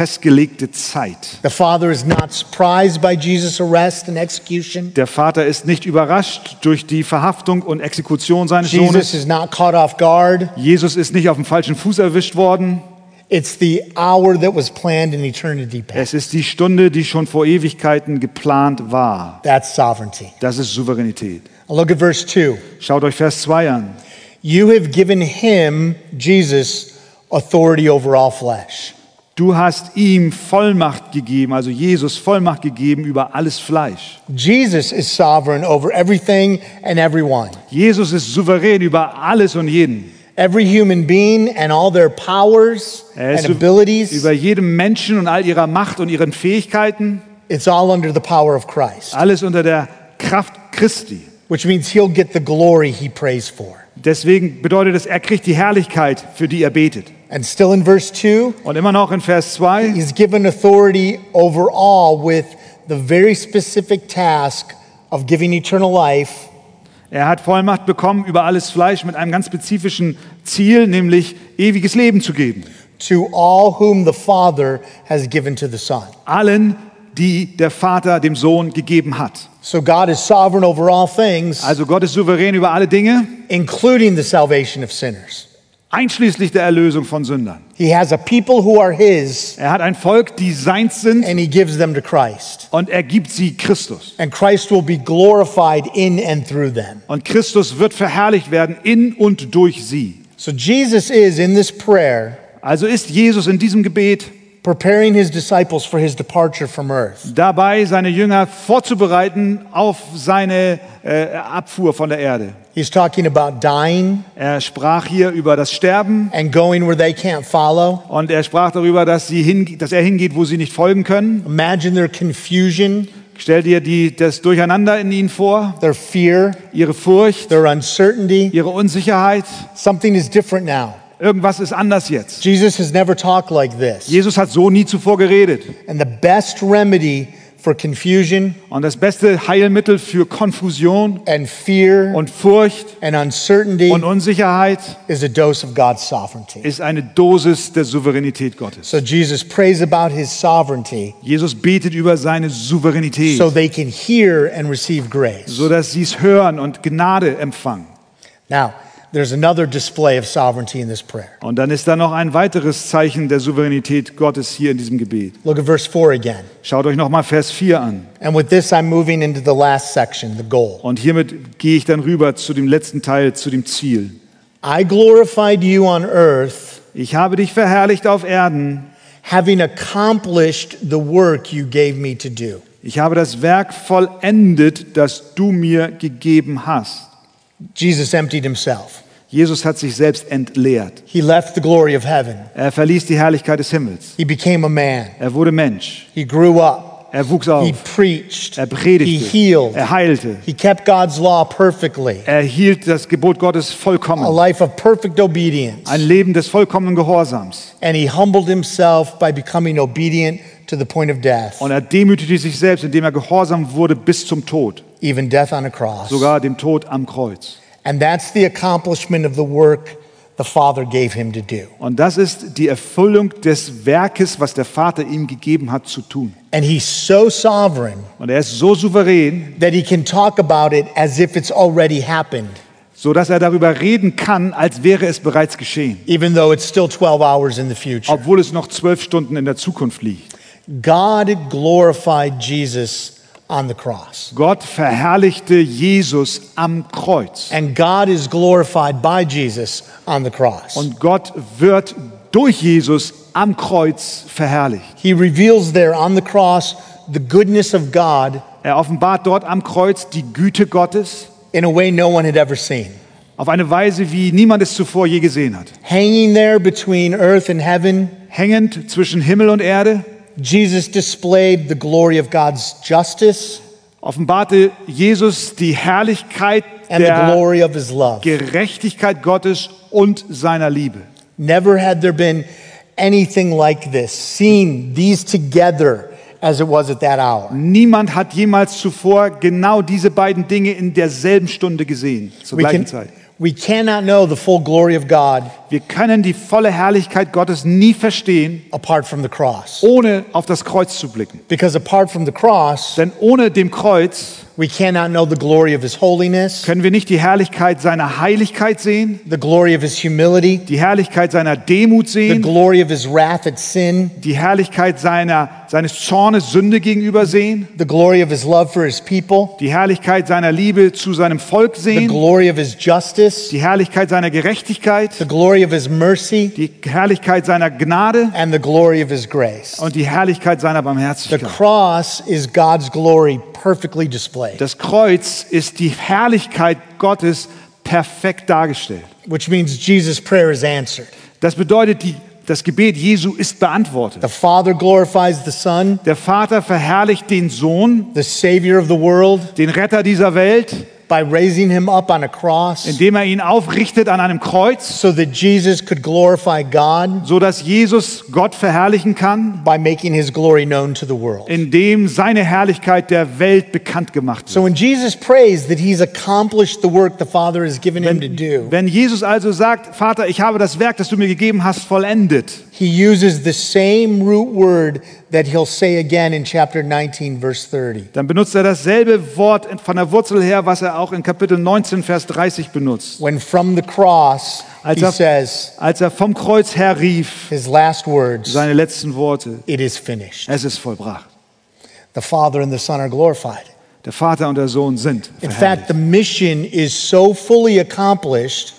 [SPEAKER 2] vorfestgelegte Zeit.
[SPEAKER 1] The Father is not surprised by Jesus' arrest and execution.
[SPEAKER 2] Der Vater ist nicht überrascht durch die Verhaftung und Exekution seines
[SPEAKER 1] Jesus
[SPEAKER 2] Sohnes.
[SPEAKER 1] is not caught off guard.
[SPEAKER 2] Jesus ist nicht auf dem falschen Fuß erwischt worden.
[SPEAKER 1] It's the hour that was planned in eternity past.
[SPEAKER 2] Es ist die Stunde, die schon vor Ewigkeiten geplant war.
[SPEAKER 1] That's sovereignty.
[SPEAKER 2] Das ist Souveränität.
[SPEAKER 1] Look at verse 2.
[SPEAKER 2] Schaut euch Vers 2 an.
[SPEAKER 1] You have given him, Jesus, authority over all flesh.
[SPEAKER 2] Du hast ihm Vollmacht gegeben, also Jesus Vollmacht gegeben über alles Fleisch.
[SPEAKER 1] Jesus is sovereign over everything and everyone.
[SPEAKER 2] Jesus ist souverän über alles und jeden.
[SPEAKER 1] Every human being and all their powers
[SPEAKER 2] Er ist
[SPEAKER 1] and
[SPEAKER 2] sou-
[SPEAKER 1] abilities,
[SPEAKER 2] über jedem Menschen und all ihrer Macht und ihren Fähigkeiten.
[SPEAKER 1] it's all under the power of Christ,
[SPEAKER 2] Alles unter der Kraft Christi.
[SPEAKER 1] which means he'll get the glory he prays for.
[SPEAKER 2] Deswegen bedeutet es, er kriegt die Herrlichkeit, für die er betet.
[SPEAKER 1] And still in verse 2,
[SPEAKER 2] Und immer noch in Vers 2,
[SPEAKER 1] he's given authority over all with the very specific task of giving eternal life
[SPEAKER 2] er hat Vollmacht bekommen über alles Fleisch mit einem ganz spezifischen Ziel, nämlich ewiges Leben zu geben.
[SPEAKER 1] to all whom the Father has given to the Son.
[SPEAKER 2] Allen, die der Vater dem Sohn gegeben hat.
[SPEAKER 1] So God is sovereign over all things,
[SPEAKER 2] Also Gott ist souverän über alle Dinge,
[SPEAKER 1] including the salvation of sinners.
[SPEAKER 2] einschließlich der Erlösung von Sündern.
[SPEAKER 1] He has a people who are His,
[SPEAKER 2] Er hat ein Volk, die seins sind,
[SPEAKER 1] and He gives them to Christ.
[SPEAKER 2] und er gibt sie Christus.
[SPEAKER 1] And Christ will be glorified in and through them.
[SPEAKER 2] Und Christus wird verherrlicht werden in und durch sie.
[SPEAKER 1] So Jesus is, in this prayer,
[SPEAKER 2] Also ist Jesus in diesem Gebet
[SPEAKER 1] preparing His disciples for His departure from earth.
[SPEAKER 2] dabei, seine Jünger vorzubereiten auf seine äh, Abfuhr von der Erde.
[SPEAKER 1] He's talking about dying
[SPEAKER 2] Er sprach hier über das Sterben
[SPEAKER 1] and going where they can't follow.
[SPEAKER 2] und er sprach darüber, dass, sie hinge- dass er hingeht, wo sie nicht folgen können.
[SPEAKER 1] Imagine their confusion,
[SPEAKER 2] Stell dir die, das Durcheinander in ihnen vor,
[SPEAKER 1] their fear,
[SPEAKER 2] ihre Furcht,
[SPEAKER 1] their uncertainty.
[SPEAKER 2] ihre Unsicherheit.
[SPEAKER 1] Something is different now.
[SPEAKER 2] Irgendwas ist anders jetzt.
[SPEAKER 1] Jesus has never talked like this.
[SPEAKER 2] Jesus hat so nie zuvor geredet.
[SPEAKER 1] And the best remedy for confusion
[SPEAKER 2] Und das beste Heilmittel für Konfusion
[SPEAKER 1] and fear
[SPEAKER 2] und Furcht
[SPEAKER 1] and uncertainty
[SPEAKER 2] und Unsicherheit
[SPEAKER 1] is a dose of God's sovereignty.
[SPEAKER 2] ist eine Dosis der Souveränität Gottes.
[SPEAKER 1] So Jesus prays about his sovereignty
[SPEAKER 2] Jesus betet über seine Souveränität,
[SPEAKER 1] so they can hear and receive grace.
[SPEAKER 2] sodass sie es hören und Gnade empfangen.
[SPEAKER 1] Now, there's another display of sovereignty in this prayer.
[SPEAKER 2] Und dann ist da noch ein weiteres Zeichen der Souveränität Gottes hier in diesem Gebet.
[SPEAKER 1] Look at verse 4 again.
[SPEAKER 2] Schaut euch nochmal Vers 4 an.
[SPEAKER 1] And with this, I'm moving into the last section, the goal.
[SPEAKER 2] Und hiermit gehe ich dann rüber zu dem letzten Teil, zu dem Ziel.
[SPEAKER 1] I glorified you on earth,
[SPEAKER 2] Ich habe dich verherrlicht auf Erden.
[SPEAKER 1] having accomplished the work you gave me to do.
[SPEAKER 2] Ich habe das Werk vollendet, das du mir gegeben hast.
[SPEAKER 1] Jesus emptied himself.
[SPEAKER 2] Jesus hat sich selbst entleert.
[SPEAKER 1] He left the glory of heaven.
[SPEAKER 2] Er verließ die Herrlichkeit des Himmels.
[SPEAKER 1] He became a man.
[SPEAKER 2] Er wurde Mensch.
[SPEAKER 1] He grew up.
[SPEAKER 2] Er wuchs
[SPEAKER 1] He
[SPEAKER 2] auf.
[SPEAKER 1] preached.
[SPEAKER 2] Er
[SPEAKER 1] He
[SPEAKER 2] predigte.
[SPEAKER 1] healed.
[SPEAKER 2] Er heilte.
[SPEAKER 1] He kept God's law perfectly.
[SPEAKER 2] Er hielt das Gebot Gottes
[SPEAKER 1] A
[SPEAKER 2] vollkommen.
[SPEAKER 1] life of perfect obedience.
[SPEAKER 2] Ein Leben des vollkommenen Gehorsams.
[SPEAKER 1] And he humbled himself by becoming obedient to the point of death,
[SPEAKER 2] Und er demütigte sich selbst, indem er gehorsam wurde bis zum Tod.
[SPEAKER 1] even death on a cross.
[SPEAKER 2] Sogar dem Tod am Kreuz.
[SPEAKER 1] And that's the accomplishment of the work the Father gave him to do.
[SPEAKER 2] Und das ist die Erfüllung des Werkes, was der Vater ihm gegeben hat zu tun.
[SPEAKER 1] And he's so sovereign
[SPEAKER 2] Und er ist so souverän,
[SPEAKER 1] that he can talk about it as if it's already happened,
[SPEAKER 2] so dass er darüber reden kann, als wäre es bereits geschehen,
[SPEAKER 1] even though it's still 12 hours in the future.
[SPEAKER 2] obwohl es noch zwölf Stunden in der Zukunft liegt.
[SPEAKER 1] God glorified Jesus on the cross.
[SPEAKER 2] Gott verherrlichte Jesus am Kreuz.
[SPEAKER 1] And God is glorified by Jesus on the cross.
[SPEAKER 2] Und Gott wird durch Jesus am Kreuz verherrlicht.
[SPEAKER 1] He reveals there on the cross the goodness of God
[SPEAKER 2] Er offenbart dort am Kreuz die Güte Gottes
[SPEAKER 1] in a way no one had ever seen.
[SPEAKER 2] auf eine Weise, wie niemand es zuvor je gesehen hat.
[SPEAKER 1] Hanging there between earth and heaven,
[SPEAKER 2] Hängend zwischen Himmel und Erde
[SPEAKER 1] Jesus displayed the glory of God's justice
[SPEAKER 2] offenbarte Jesus die Herrlichkeit
[SPEAKER 1] and the
[SPEAKER 2] der
[SPEAKER 1] glory of his love.
[SPEAKER 2] Gerechtigkeit Gottes und seiner Liebe.
[SPEAKER 1] Never had there been anything like this, seen these together as it was at that hour.
[SPEAKER 2] Niemand hat jemals zuvor genau diese beiden Dinge in derselben Stunde gesehen, zur
[SPEAKER 1] We,
[SPEAKER 2] gleichen
[SPEAKER 1] can,
[SPEAKER 2] Zeit.
[SPEAKER 1] we cannot know the full glory of God
[SPEAKER 2] Wir können die volle Herrlichkeit Gottes nie verstehen,
[SPEAKER 1] apart from the cross.
[SPEAKER 2] ohne auf das Kreuz zu blicken.
[SPEAKER 1] Because apart from the cross,
[SPEAKER 2] Denn ohne dem Kreuz
[SPEAKER 1] we cannot know the glory of his holiness,
[SPEAKER 2] können wir nicht die Herrlichkeit seiner Heiligkeit sehen,
[SPEAKER 1] the glory of his humility,
[SPEAKER 2] die Herrlichkeit seiner Demut
[SPEAKER 1] the
[SPEAKER 2] sehen,
[SPEAKER 1] glory of his wrath at sin,
[SPEAKER 2] die Herrlichkeit seiner, seines Zornes Sünde gegenüber sehen,
[SPEAKER 1] the glory of his love for his people,
[SPEAKER 2] die Herrlichkeit seiner Liebe zu seinem Volk
[SPEAKER 1] the
[SPEAKER 2] sehen,
[SPEAKER 1] glory of his justice,
[SPEAKER 2] die Herrlichkeit seiner Gerechtigkeit,
[SPEAKER 1] the glory of his mercy,
[SPEAKER 2] die Herrlichkeit seiner Gnade
[SPEAKER 1] and the glory of his grace.
[SPEAKER 2] und die Herrlichkeit seiner
[SPEAKER 1] The
[SPEAKER 2] Barmherzigkeit.
[SPEAKER 1] cross is God's glory perfectly displayed,
[SPEAKER 2] Das Kreuz ist die Herrlichkeit Gottes perfekt dargestellt.
[SPEAKER 1] which means Jesus' prayer is answered.
[SPEAKER 2] Das bedeutet, die, das Gebet Jesu ist beantwortet.
[SPEAKER 1] The Father glorifies the Son,
[SPEAKER 2] Der Vater verherrlicht den Sohn,
[SPEAKER 1] the Savior of the world,
[SPEAKER 2] den Retter dieser Welt,
[SPEAKER 1] by raising him up on a cross
[SPEAKER 2] indem er ihn aufrichtet an einem Kreuz,
[SPEAKER 1] so that Jesus could glorify God
[SPEAKER 2] so dass Jesus Gott verherrlichen kann,
[SPEAKER 1] by making his glory known to the world.
[SPEAKER 2] indem seine Herrlichkeit der Welt bekannt gemacht wird.
[SPEAKER 1] So when Jesus prays that he's accomplished the work the Father has given him to do,
[SPEAKER 2] Wenn Jesus also sagt, Vater, ich habe das Werk, das du mir gegeben hast, vollendet,
[SPEAKER 1] he uses the same root word that he'll say again in chapter 19, verse 30.
[SPEAKER 2] dann benutzt er dasselbe Wort von der Wurzel her, was er auch in Kapitel 19, Vers 30 benutzt.
[SPEAKER 1] When from the cross
[SPEAKER 2] Als
[SPEAKER 1] he
[SPEAKER 2] er,
[SPEAKER 1] says
[SPEAKER 2] als er vom Kreuz her rief,
[SPEAKER 1] his last words,
[SPEAKER 2] seine letzten Worte,
[SPEAKER 1] it is finished.
[SPEAKER 2] es ist vollbracht.
[SPEAKER 1] The Father and the Son are glorified.
[SPEAKER 2] Der Vater und der Sohn sind
[SPEAKER 1] In fact,
[SPEAKER 2] verherrlicht.
[SPEAKER 1] the mission is so fully accomplished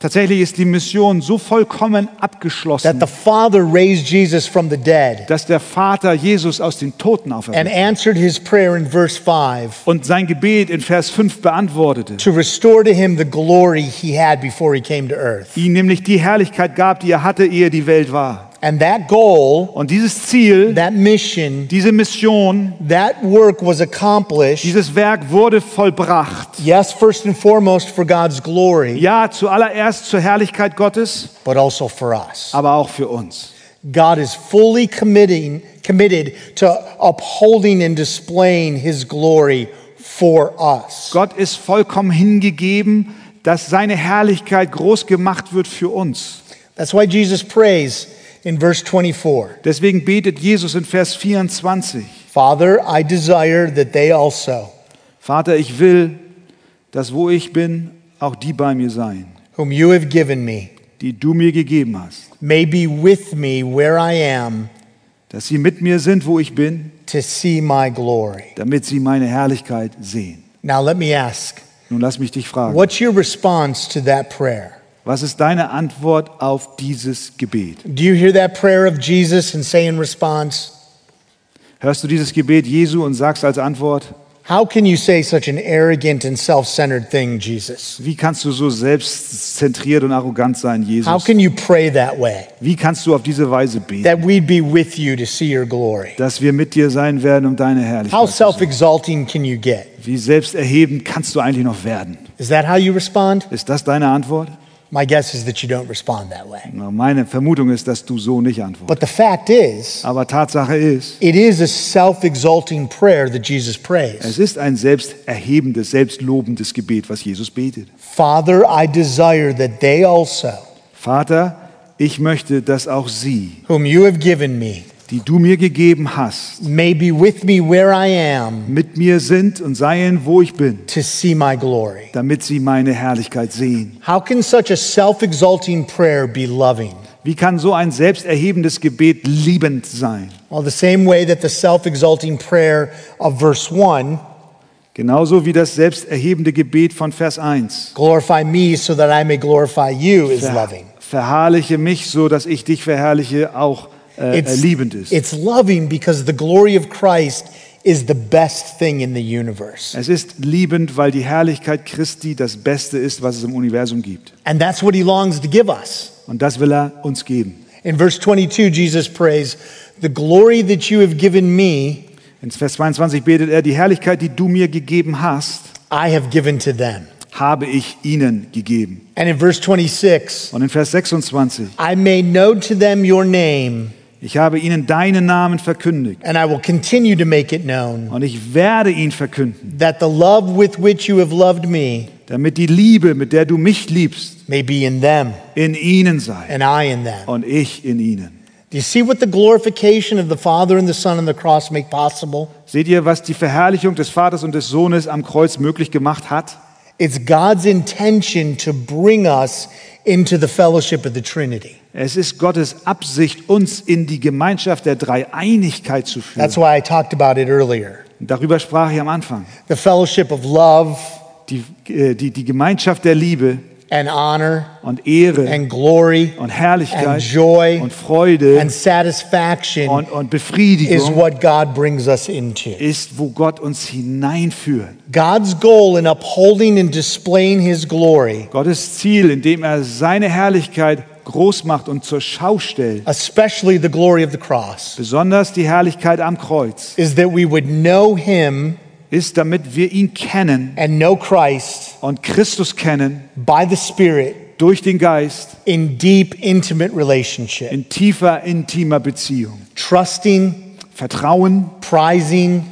[SPEAKER 2] Tatsächlich ist die Mission so vollkommen
[SPEAKER 1] that
[SPEAKER 2] abgeschlossen,
[SPEAKER 1] the Father raised Jesus from the dead
[SPEAKER 2] dass der Vater Jesus aus den Toten
[SPEAKER 1] and
[SPEAKER 2] auferweckt
[SPEAKER 1] answered his prayer in verse 5
[SPEAKER 2] und sein Gebet in Vers 5 beantwortete,
[SPEAKER 1] to restore to him the glory he had before he came to earth.
[SPEAKER 2] ihm nämlich die Herrlichkeit gab, die er hatte, ehe die Welt war.
[SPEAKER 1] And that goal,
[SPEAKER 2] Und dieses Ziel
[SPEAKER 1] that mission,
[SPEAKER 2] Diese Mission,
[SPEAKER 1] that work was accomplished,
[SPEAKER 2] dieses Werk wurde vollbracht.
[SPEAKER 1] yes, first and foremost for God's glory,
[SPEAKER 2] Ja, zuallererst zur Herrlichkeit Gottes,
[SPEAKER 1] but also for us.
[SPEAKER 2] aber auch für uns.
[SPEAKER 1] God is fully committing, committed to upholding and displaying his glory for us.
[SPEAKER 2] Gott ist vollkommen hingegeben, dass seine Herrlichkeit groß gemacht wird für uns.
[SPEAKER 1] That's why Jesus prays in verse 24
[SPEAKER 2] Deswegen betet Jesus in Vers 24,
[SPEAKER 1] Father, I desire that they also,
[SPEAKER 2] Vater, ich will, dass wo ich bin, auch die bei mir seien,
[SPEAKER 1] whom you have given me,
[SPEAKER 2] die du mir gegeben hast,
[SPEAKER 1] may be with me where I am
[SPEAKER 2] dass sie mit mir sind, wo ich bin,
[SPEAKER 1] to see my glory.
[SPEAKER 2] damit sie meine Herrlichkeit sehen.
[SPEAKER 1] Now, let me ask
[SPEAKER 2] Nun lass mich dich fragen,
[SPEAKER 1] what's your response to that prayer?
[SPEAKER 2] was ist deine Antwort auf dieses Gebet?
[SPEAKER 1] Do you hear that prayer of Jesus and say in response,
[SPEAKER 2] Hörst du dieses Gebet Jesu und sagst als Antwort,
[SPEAKER 1] How can you say such an arrogant and self centered thing, Jesus?
[SPEAKER 2] wie kannst du so selbstzentriert und arrogant sein,
[SPEAKER 1] How
[SPEAKER 2] Jesus?
[SPEAKER 1] can you pray that way?
[SPEAKER 2] Wie kannst du auf diese Weise beten,
[SPEAKER 1] That we'd be with you to see your glory.
[SPEAKER 2] dass wir mit dir sein werden, um deine
[SPEAKER 1] How
[SPEAKER 2] Herrlichkeit zu
[SPEAKER 1] self
[SPEAKER 2] sehen?
[SPEAKER 1] exalting can you get?
[SPEAKER 2] Wie selbsterhebend kannst du eigentlich noch werden?
[SPEAKER 1] Is that how you respond?
[SPEAKER 2] Ist das deine Antwort?
[SPEAKER 1] My guess is that you don't respond that way.
[SPEAKER 2] Na, Meine Vermutung ist, dass du so nicht antwortest.
[SPEAKER 1] But the fact is,
[SPEAKER 2] Aber Tatsache ist,
[SPEAKER 1] it is a self exalting prayer that Jesus prays.
[SPEAKER 2] es ist ein selbsterhebendes, selbstlobendes Gebet, was Jesus betet.
[SPEAKER 1] Father, I desire that they also,
[SPEAKER 2] Vater, ich möchte, dass auch sie,
[SPEAKER 1] whom you have given me,
[SPEAKER 2] die du mir gegeben hast,
[SPEAKER 1] may be with me where I am
[SPEAKER 2] mit mir sind und seien, wo ich bin,
[SPEAKER 1] to see my glory.
[SPEAKER 2] damit sie meine Herrlichkeit sehen.
[SPEAKER 1] How can such a self exalting prayer be loving?
[SPEAKER 2] Wie kann so ein selbsterhebendes Gebet liebend sein?
[SPEAKER 1] Well, the same way that the self exalting prayer of verse 1
[SPEAKER 2] Genauso wie das selbsterhebende Gebet von Vers 1.
[SPEAKER 1] glorify me so that I may glorify you is
[SPEAKER 2] Ver-
[SPEAKER 1] loving.
[SPEAKER 2] Verherrliche mich, so dass ich dich verherrliche, auch äh, äh,
[SPEAKER 1] It's,
[SPEAKER 2] liebend ist.
[SPEAKER 1] it's loving because the glory of Christ is the best thing in the universe.
[SPEAKER 2] Es ist liebend, weil die Herrlichkeit Christi das Beste ist, was es im Universum gibt.
[SPEAKER 1] And that's what he longs to give us.
[SPEAKER 2] Und das will er uns geben.
[SPEAKER 1] In verse 22, Jesus prays, The glory that you have given me,
[SPEAKER 2] In Vers 22 betet er, die Herrlichkeit, die du mir gegeben hast,
[SPEAKER 1] I have given to them.
[SPEAKER 2] habe ich ihnen gegeben.
[SPEAKER 1] And in verse 26,
[SPEAKER 2] Und in Vers 26,
[SPEAKER 1] I may know to them your name,
[SPEAKER 2] ich habe ihnen deinen Namen verkündigt
[SPEAKER 1] and I will continue to make it known.
[SPEAKER 2] und ich werde ihn verkünden,
[SPEAKER 1] that the love with which you have loved me
[SPEAKER 2] damit die Liebe, mit der du mich liebst,
[SPEAKER 1] may be in them
[SPEAKER 2] in ihnen sei
[SPEAKER 1] and I in them.
[SPEAKER 2] und ich in ihnen.
[SPEAKER 1] Do you see what the glorification of the Father and the Son on the cross make possible?
[SPEAKER 2] Seht ihr, was die Verherrlichung des Vaters und des Sohnes am Kreuz möglich gemacht hat?
[SPEAKER 1] It's God's intention to bring us into the fellowship of the Trinity.
[SPEAKER 2] Es ist Gottes Absicht, uns in die Gemeinschaft der Dreieinigkeit zu führen.
[SPEAKER 1] That's why I talked about it earlier.
[SPEAKER 2] Darüber sprach ich am Anfang.
[SPEAKER 1] The fellowship of love
[SPEAKER 2] Die, äh, die, die Gemeinschaft der Liebe
[SPEAKER 1] and honor
[SPEAKER 2] und Ehre
[SPEAKER 1] and glory
[SPEAKER 2] und
[SPEAKER 1] and
[SPEAKER 2] Herrlichkeit
[SPEAKER 1] joy
[SPEAKER 2] und Freude
[SPEAKER 1] and satisfaction
[SPEAKER 2] und, und
[SPEAKER 1] is
[SPEAKER 2] Befriedigung
[SPEAKER 1] what God brings us into.
[SPEAKER 2] ist, wo Gott uns hineinführt.
[SPEAKER 1] God's goal in upholding and displaying his glory
[SPEAKER 2] Gottes Ziel, indem er seine Herrlichkeit groß macht und zur Schau stellt,
[SPEAKER 1] especially the glory of the cross,
[SPEAKER 2] besonders die Herrlichkeit am Kreuz,
[SPEAKER 1] is that we would know him
[SPEAKER 2] ist, damit wir ihn kennen
[SPEAKER 1] and know Christ
[SPEAKER 2] und Christus kennen
[SPEAKER 1] by the Spirit
[SPEAKER 2] durch den Geist
[SPEAKER 1] in deep, intimate relationship,
[SPEAKER 2] in tiefer, intimer Beziehung.
[SPEAKER 1] trusting,
[SPEAKER 2] Vertrauen,
[SPEAKER 1] prizing,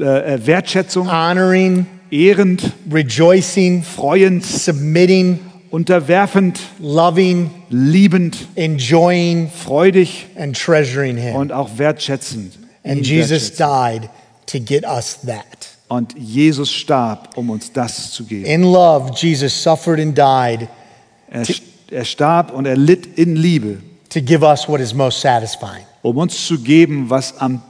[SPEAKER 2] äh, äh, Wertschätzung,
[SPEAKER 1] honoring,
[SPEAKER 2] ehrend,
[SPEAKER 1] rejoicing,
[SPEAKER 2] freuend,
[SPEAKER 1] submitting,
[SPEAKER 2] unterwerfend,
[SPEAKER 1] loving,
[SPEAKER 2] liebend,
[SPEAKER 1] enjoying,
[SPEAKER 2] freudig
[SPEAKER 1] and treasuring him.
[SPEAKER 2] und auch wertschätzend.
[SPEAKER 1] And
[SPEAKER 2] Ihn
[SPEAKER 1] Jesus
[SPEAKER 2] wertschätzen.
[SPEAKER 1] died to get us that.
[SPEAKER 2] Und Jesus starb, um uns das zu geben.
[SPEAKER 1] In love, Jesus suffered and died
[SPEAKER 2] Er, er starb und er litt in Liebe,
[SPEAKER 1] to give us what is most satisfying
[SPEAKER 2] um uns zu geben, was am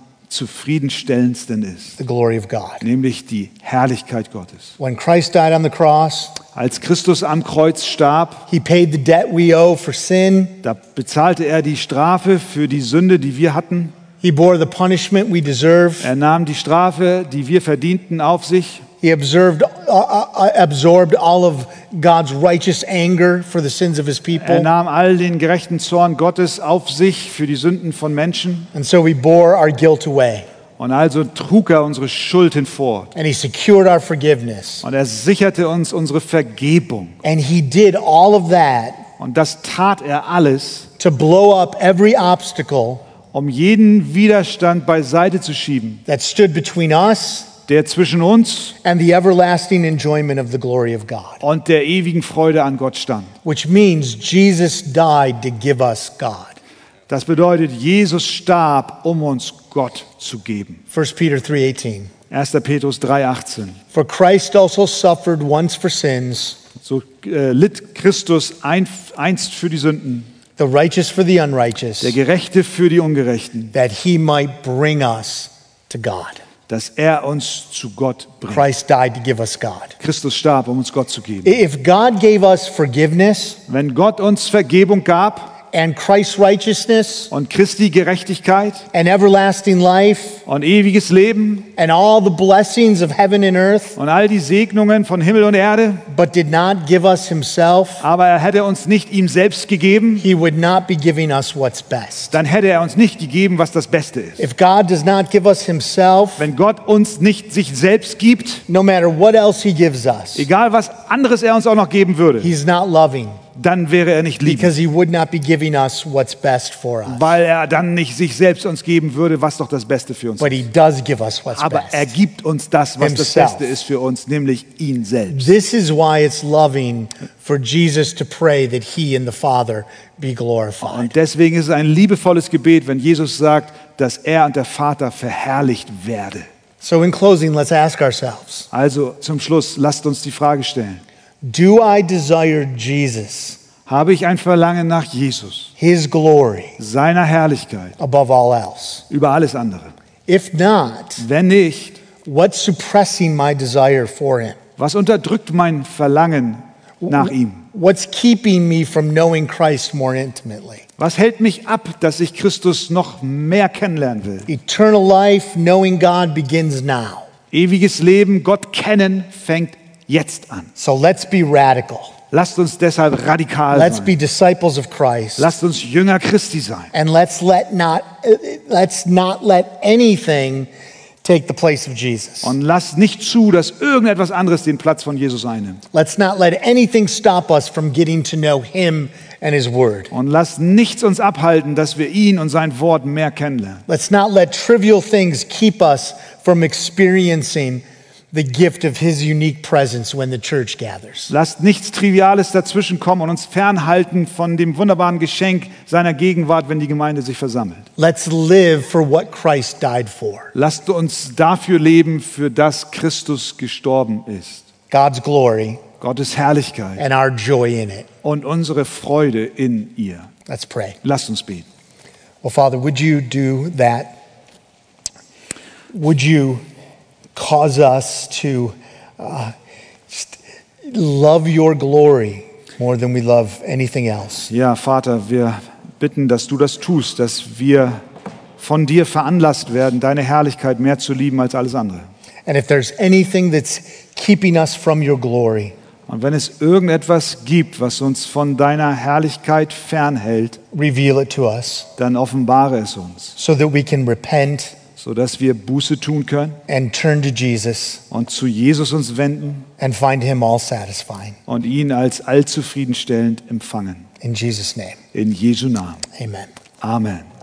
[SPEAKER 2] zufriedenstellendsten ist,
[SPEAKER 1] the glory of God.
[SPEAKER 2] nämlich die Herrlichkeit Gottes.
[SPEAKER 1] When Christ died on the cross,
[SPEAKER 2] Als Christus am Kreuz starb,
[SPEAKER 1] He paid the debt we owe for sin.
[SPEAKER 2] da bezahlte er die Strafe für die Sünde, die wir hatten.
[SPEAKER 1] He bore the punishment we deserve.
[SPEAKER 2] Er nahm die Strafe, die wir verdienten, auf sich.
[SPEAKER 1] He observed, uh, uh, absorbed all of God's righteous anger for the sins of his
[SPEAKER 2] Er
[SPEAKER 1] people.
[SPEAKER 2] nahm all den gerechten Zorn Gottes auf sich für die Sünden von Menschen.
[SPEAKER 1] And so he bore our guilt away.
[SPEAKER 2] Und also trug er unsere Schuld hinfort.
[SPEAKER 1] And he secured our forgiveness.
[SPEAKER 2] Und er sicherte uns unsere Vergebung.
[SPEAKER 1] And he did all of that
[SPEAKER 2] Und das tat er alles,
[SPEAKER 1] to blow up every obstacle
[SPEAKER 2] um jeden Widerstand beiseite zu schieben,
[SPEAKER 1] that stood between us
[SPEAKER 2] der zwischen uns
[SPEAKER 1] and the everlasting enjoyment of the glory of God.
[SPEAKER 2] und der ewigen Freude an Gott stand.
[SPEAKER 1] Which means Jesus died to give us God.
[SPEAKER 2] Das bedeutet, Jesus starb, um uns Gott zu geben.
[SPEAKER 1] 1 Peter 3:18.
[SPEAKER 2] 1. Petrus 3,18.
[SPEAKER 1] For Christ also suffered once for sins,
[SPEAKER 2] So äh, litt Christus ein, einst für die Sünden,
[SPEAKER 1] the righteous for the
[SPEAKER 2] der
[SPEAKER 1] unrighteous,
[SPEAKER 2] Gerechte für die Ungerechten,
[SPEAKER 1] that he might bring us to God.
[SPEAKER 2] dass er uns zu Gott bringt.
[SPEAKER 1] Christ died to give us God.
[SPEAKER 2] Christus starb, um uns Gott zu
[SPEAKER 1] I-
[SPEAKER 2] geben.
[SPEAKER 1] If God gave us forgiveness
[SPEAKER 2] Wenn Gott uns Vergebung gab
[SPEAKER 1] and Christ's righteousness
[SPEAKER 2] und Christi Gerechtigkeit
[SPEAKER 1] and everlasting life
[SPEAKER 2] und ewiges Leben
[SPEAKER 1] and all the blessings of heaven and earth,
[SPEAKER 2] und all die Segnungen von Himmel und Erde,
[SPEAKER 1] but did not give us himself,
[SPEAKER 2] aber er hätte uns nicht ihm selbst gegeben,
[SPEAKER 1] he would not be giving us what's best.
[SPEAKER 2] dann hätte er uns nicht gegeben, was das Beste ist.
[SPEAKER 1] If God does not give us himself,
[SPEAKER 2] Wenn Gott uns nicht sich selbst gibt,
[SPEAKER 1] no matter what else he gives us,
[SPEAKER 2] egal was anderes er uns auch noch geben würde,
[SPEAKER 1] he's not loving
[SPEAKER 2] dann wäre er nicht lieb.
[SPEAKER 1] because he would not be giving us what's best for us.
[SPEAKER 2] weil er dann nicht sich selbst uns geben würde, was doch das Beste für uns
[SPEAKER 1] But
[SPEAKER 2] ist.
[SPEAKER 1] he does give us what's
[SPEAKER 2] Aber er
[SPEAKER 1] best.
[SPEAKER 2] gibt uns das, was das
[SPEAKER 1] Himself.
[SPEAKER 2] Beste ist für uns, nämlich ihn selbst.
[SPEAKER 1] This is why it's loving for Jesus to pray that he and the Father be glorified.
[SPEAKER 2] Und deswegen ist es ein liebevolles Gebet, wenn Jesus sagt, dass er und der Vater verherrlicht werde.
[SPEAKER 1] So, in closing, let's ask ourselves
[SPEAKER 2] Also zum Schluss, lasst uns die Frage stellen.
[SPEAKER 1] Do I desire Jesus,
[SPEAKER 2] Habe ich ein Verlangen nach Jesus,
[SPEAKER 1] his glory,
[SPEAKER 2] seiner Herrlichkeit,
[SPEAKER 1] above all else?
[SPEAKER 2] über alles andere?
[SPEAKER 1] If not,
[SPEAKER 2] Wenn nicht,
[SPEAKER 1] what's suppressing my desire for him?
[SPEAKER 2] was unterdrückt mein Verlangen nach ihm?
[SPEAKER 1] What's keeping me from knowing Christ more intimately?
[SPEAKER 2] Was hält mich ab, dass ich Christus noch mehr kennenlernen will?
[SPEAKER 1] Eternal life, knowing God, begins now.
[SPEAKER 2] Ewiges Leben, Gott kennen, fängt jetzt an.
[SPEAKER 1] So, let's be radical.
[SPEAKER 2] Lasst uns deshalb radikal
[SPEAKER 1] Let's be
[SPEAKER 2] sein.
[SPEAKER 1] disciples of Christ.
[SPEAKER 2] Lasst uns Jünger Christi sein.
[SPEAKER 1] and let's let not let's not let anything take the place of Jesus.
[SPEAKER 2] Und lasst nicht zu, dass irgendetwas anderes den Platz von Jesus einnimmt.
[SPEAKER 1] Let's not let anything stop us from getting to know him and his word.
[SPEAKER 2] Und lasst nichts uns abhalten, dass wir ihn und sein Wort mehr kennenlernen.
[SPEAKER 1] Let's not let trivial things keep us from experiencing the gift of his unique presence when the church gathers.
[SPEAKER 2] Lasst nichts Triviales dazwischenkommen und uns fernhalten von dem wunderbaren Geschenk seiner Gegenwart, wenn die Gemeinde sich versammelt.
[SPEAKER 1] Let's live for what Christ died for,
[SPEAKER 2] Lasst uns dafür leben, für das Christus gestorben ist.
[SPEAKER 1] God's glory
[SPEAKER 2] Gottes Herrlichkeit
[SPEAKER 1] and our joy in it.
[SPEAKER 2] und unsere Freude in ihr.
[SPEAKER 1] Let's pray.
[SPEAKER 2] Lasst uns beten.
[SPEAKER 1] Well, Father, would you do that? Would you cause us to uh, just love your glory more than we love anything else?
[SPEAKER 2] Ja, Vater, wir bitten, dass du das tust, dass wir von dir veranlasst werden, deine Herrlichkeit mehr zu lieben als alles andere.
[SPEAKER 1] And if there's anything that's keeping us from your glory,
[SPEAKER 2] Und wenn es irgendetwas gibt, was uns von deiner Herrlichkeit fernhält,
[SPEAKER 1] reveal it to us
[SPEAKER 2] dann offenbare es uns,
[SPEAKER 1] so that we can repent
[SPEAKER 2] sodass wir Buße tun können
[SPEAKER 1] and turn to Jesus
[SPEAKER 2] und zu Jesus uns wenden
[SPEAKER 1] and find him all satisfying.
[SPEAKER 2] und ihn als allzufriedenstellend empfangen.
[SPEAKER 1] In Jesus' name,
[SPEAKER 2] In Jesu Namen.
[SPEAKER 1] amen.
[SPEAKER 2] Amen.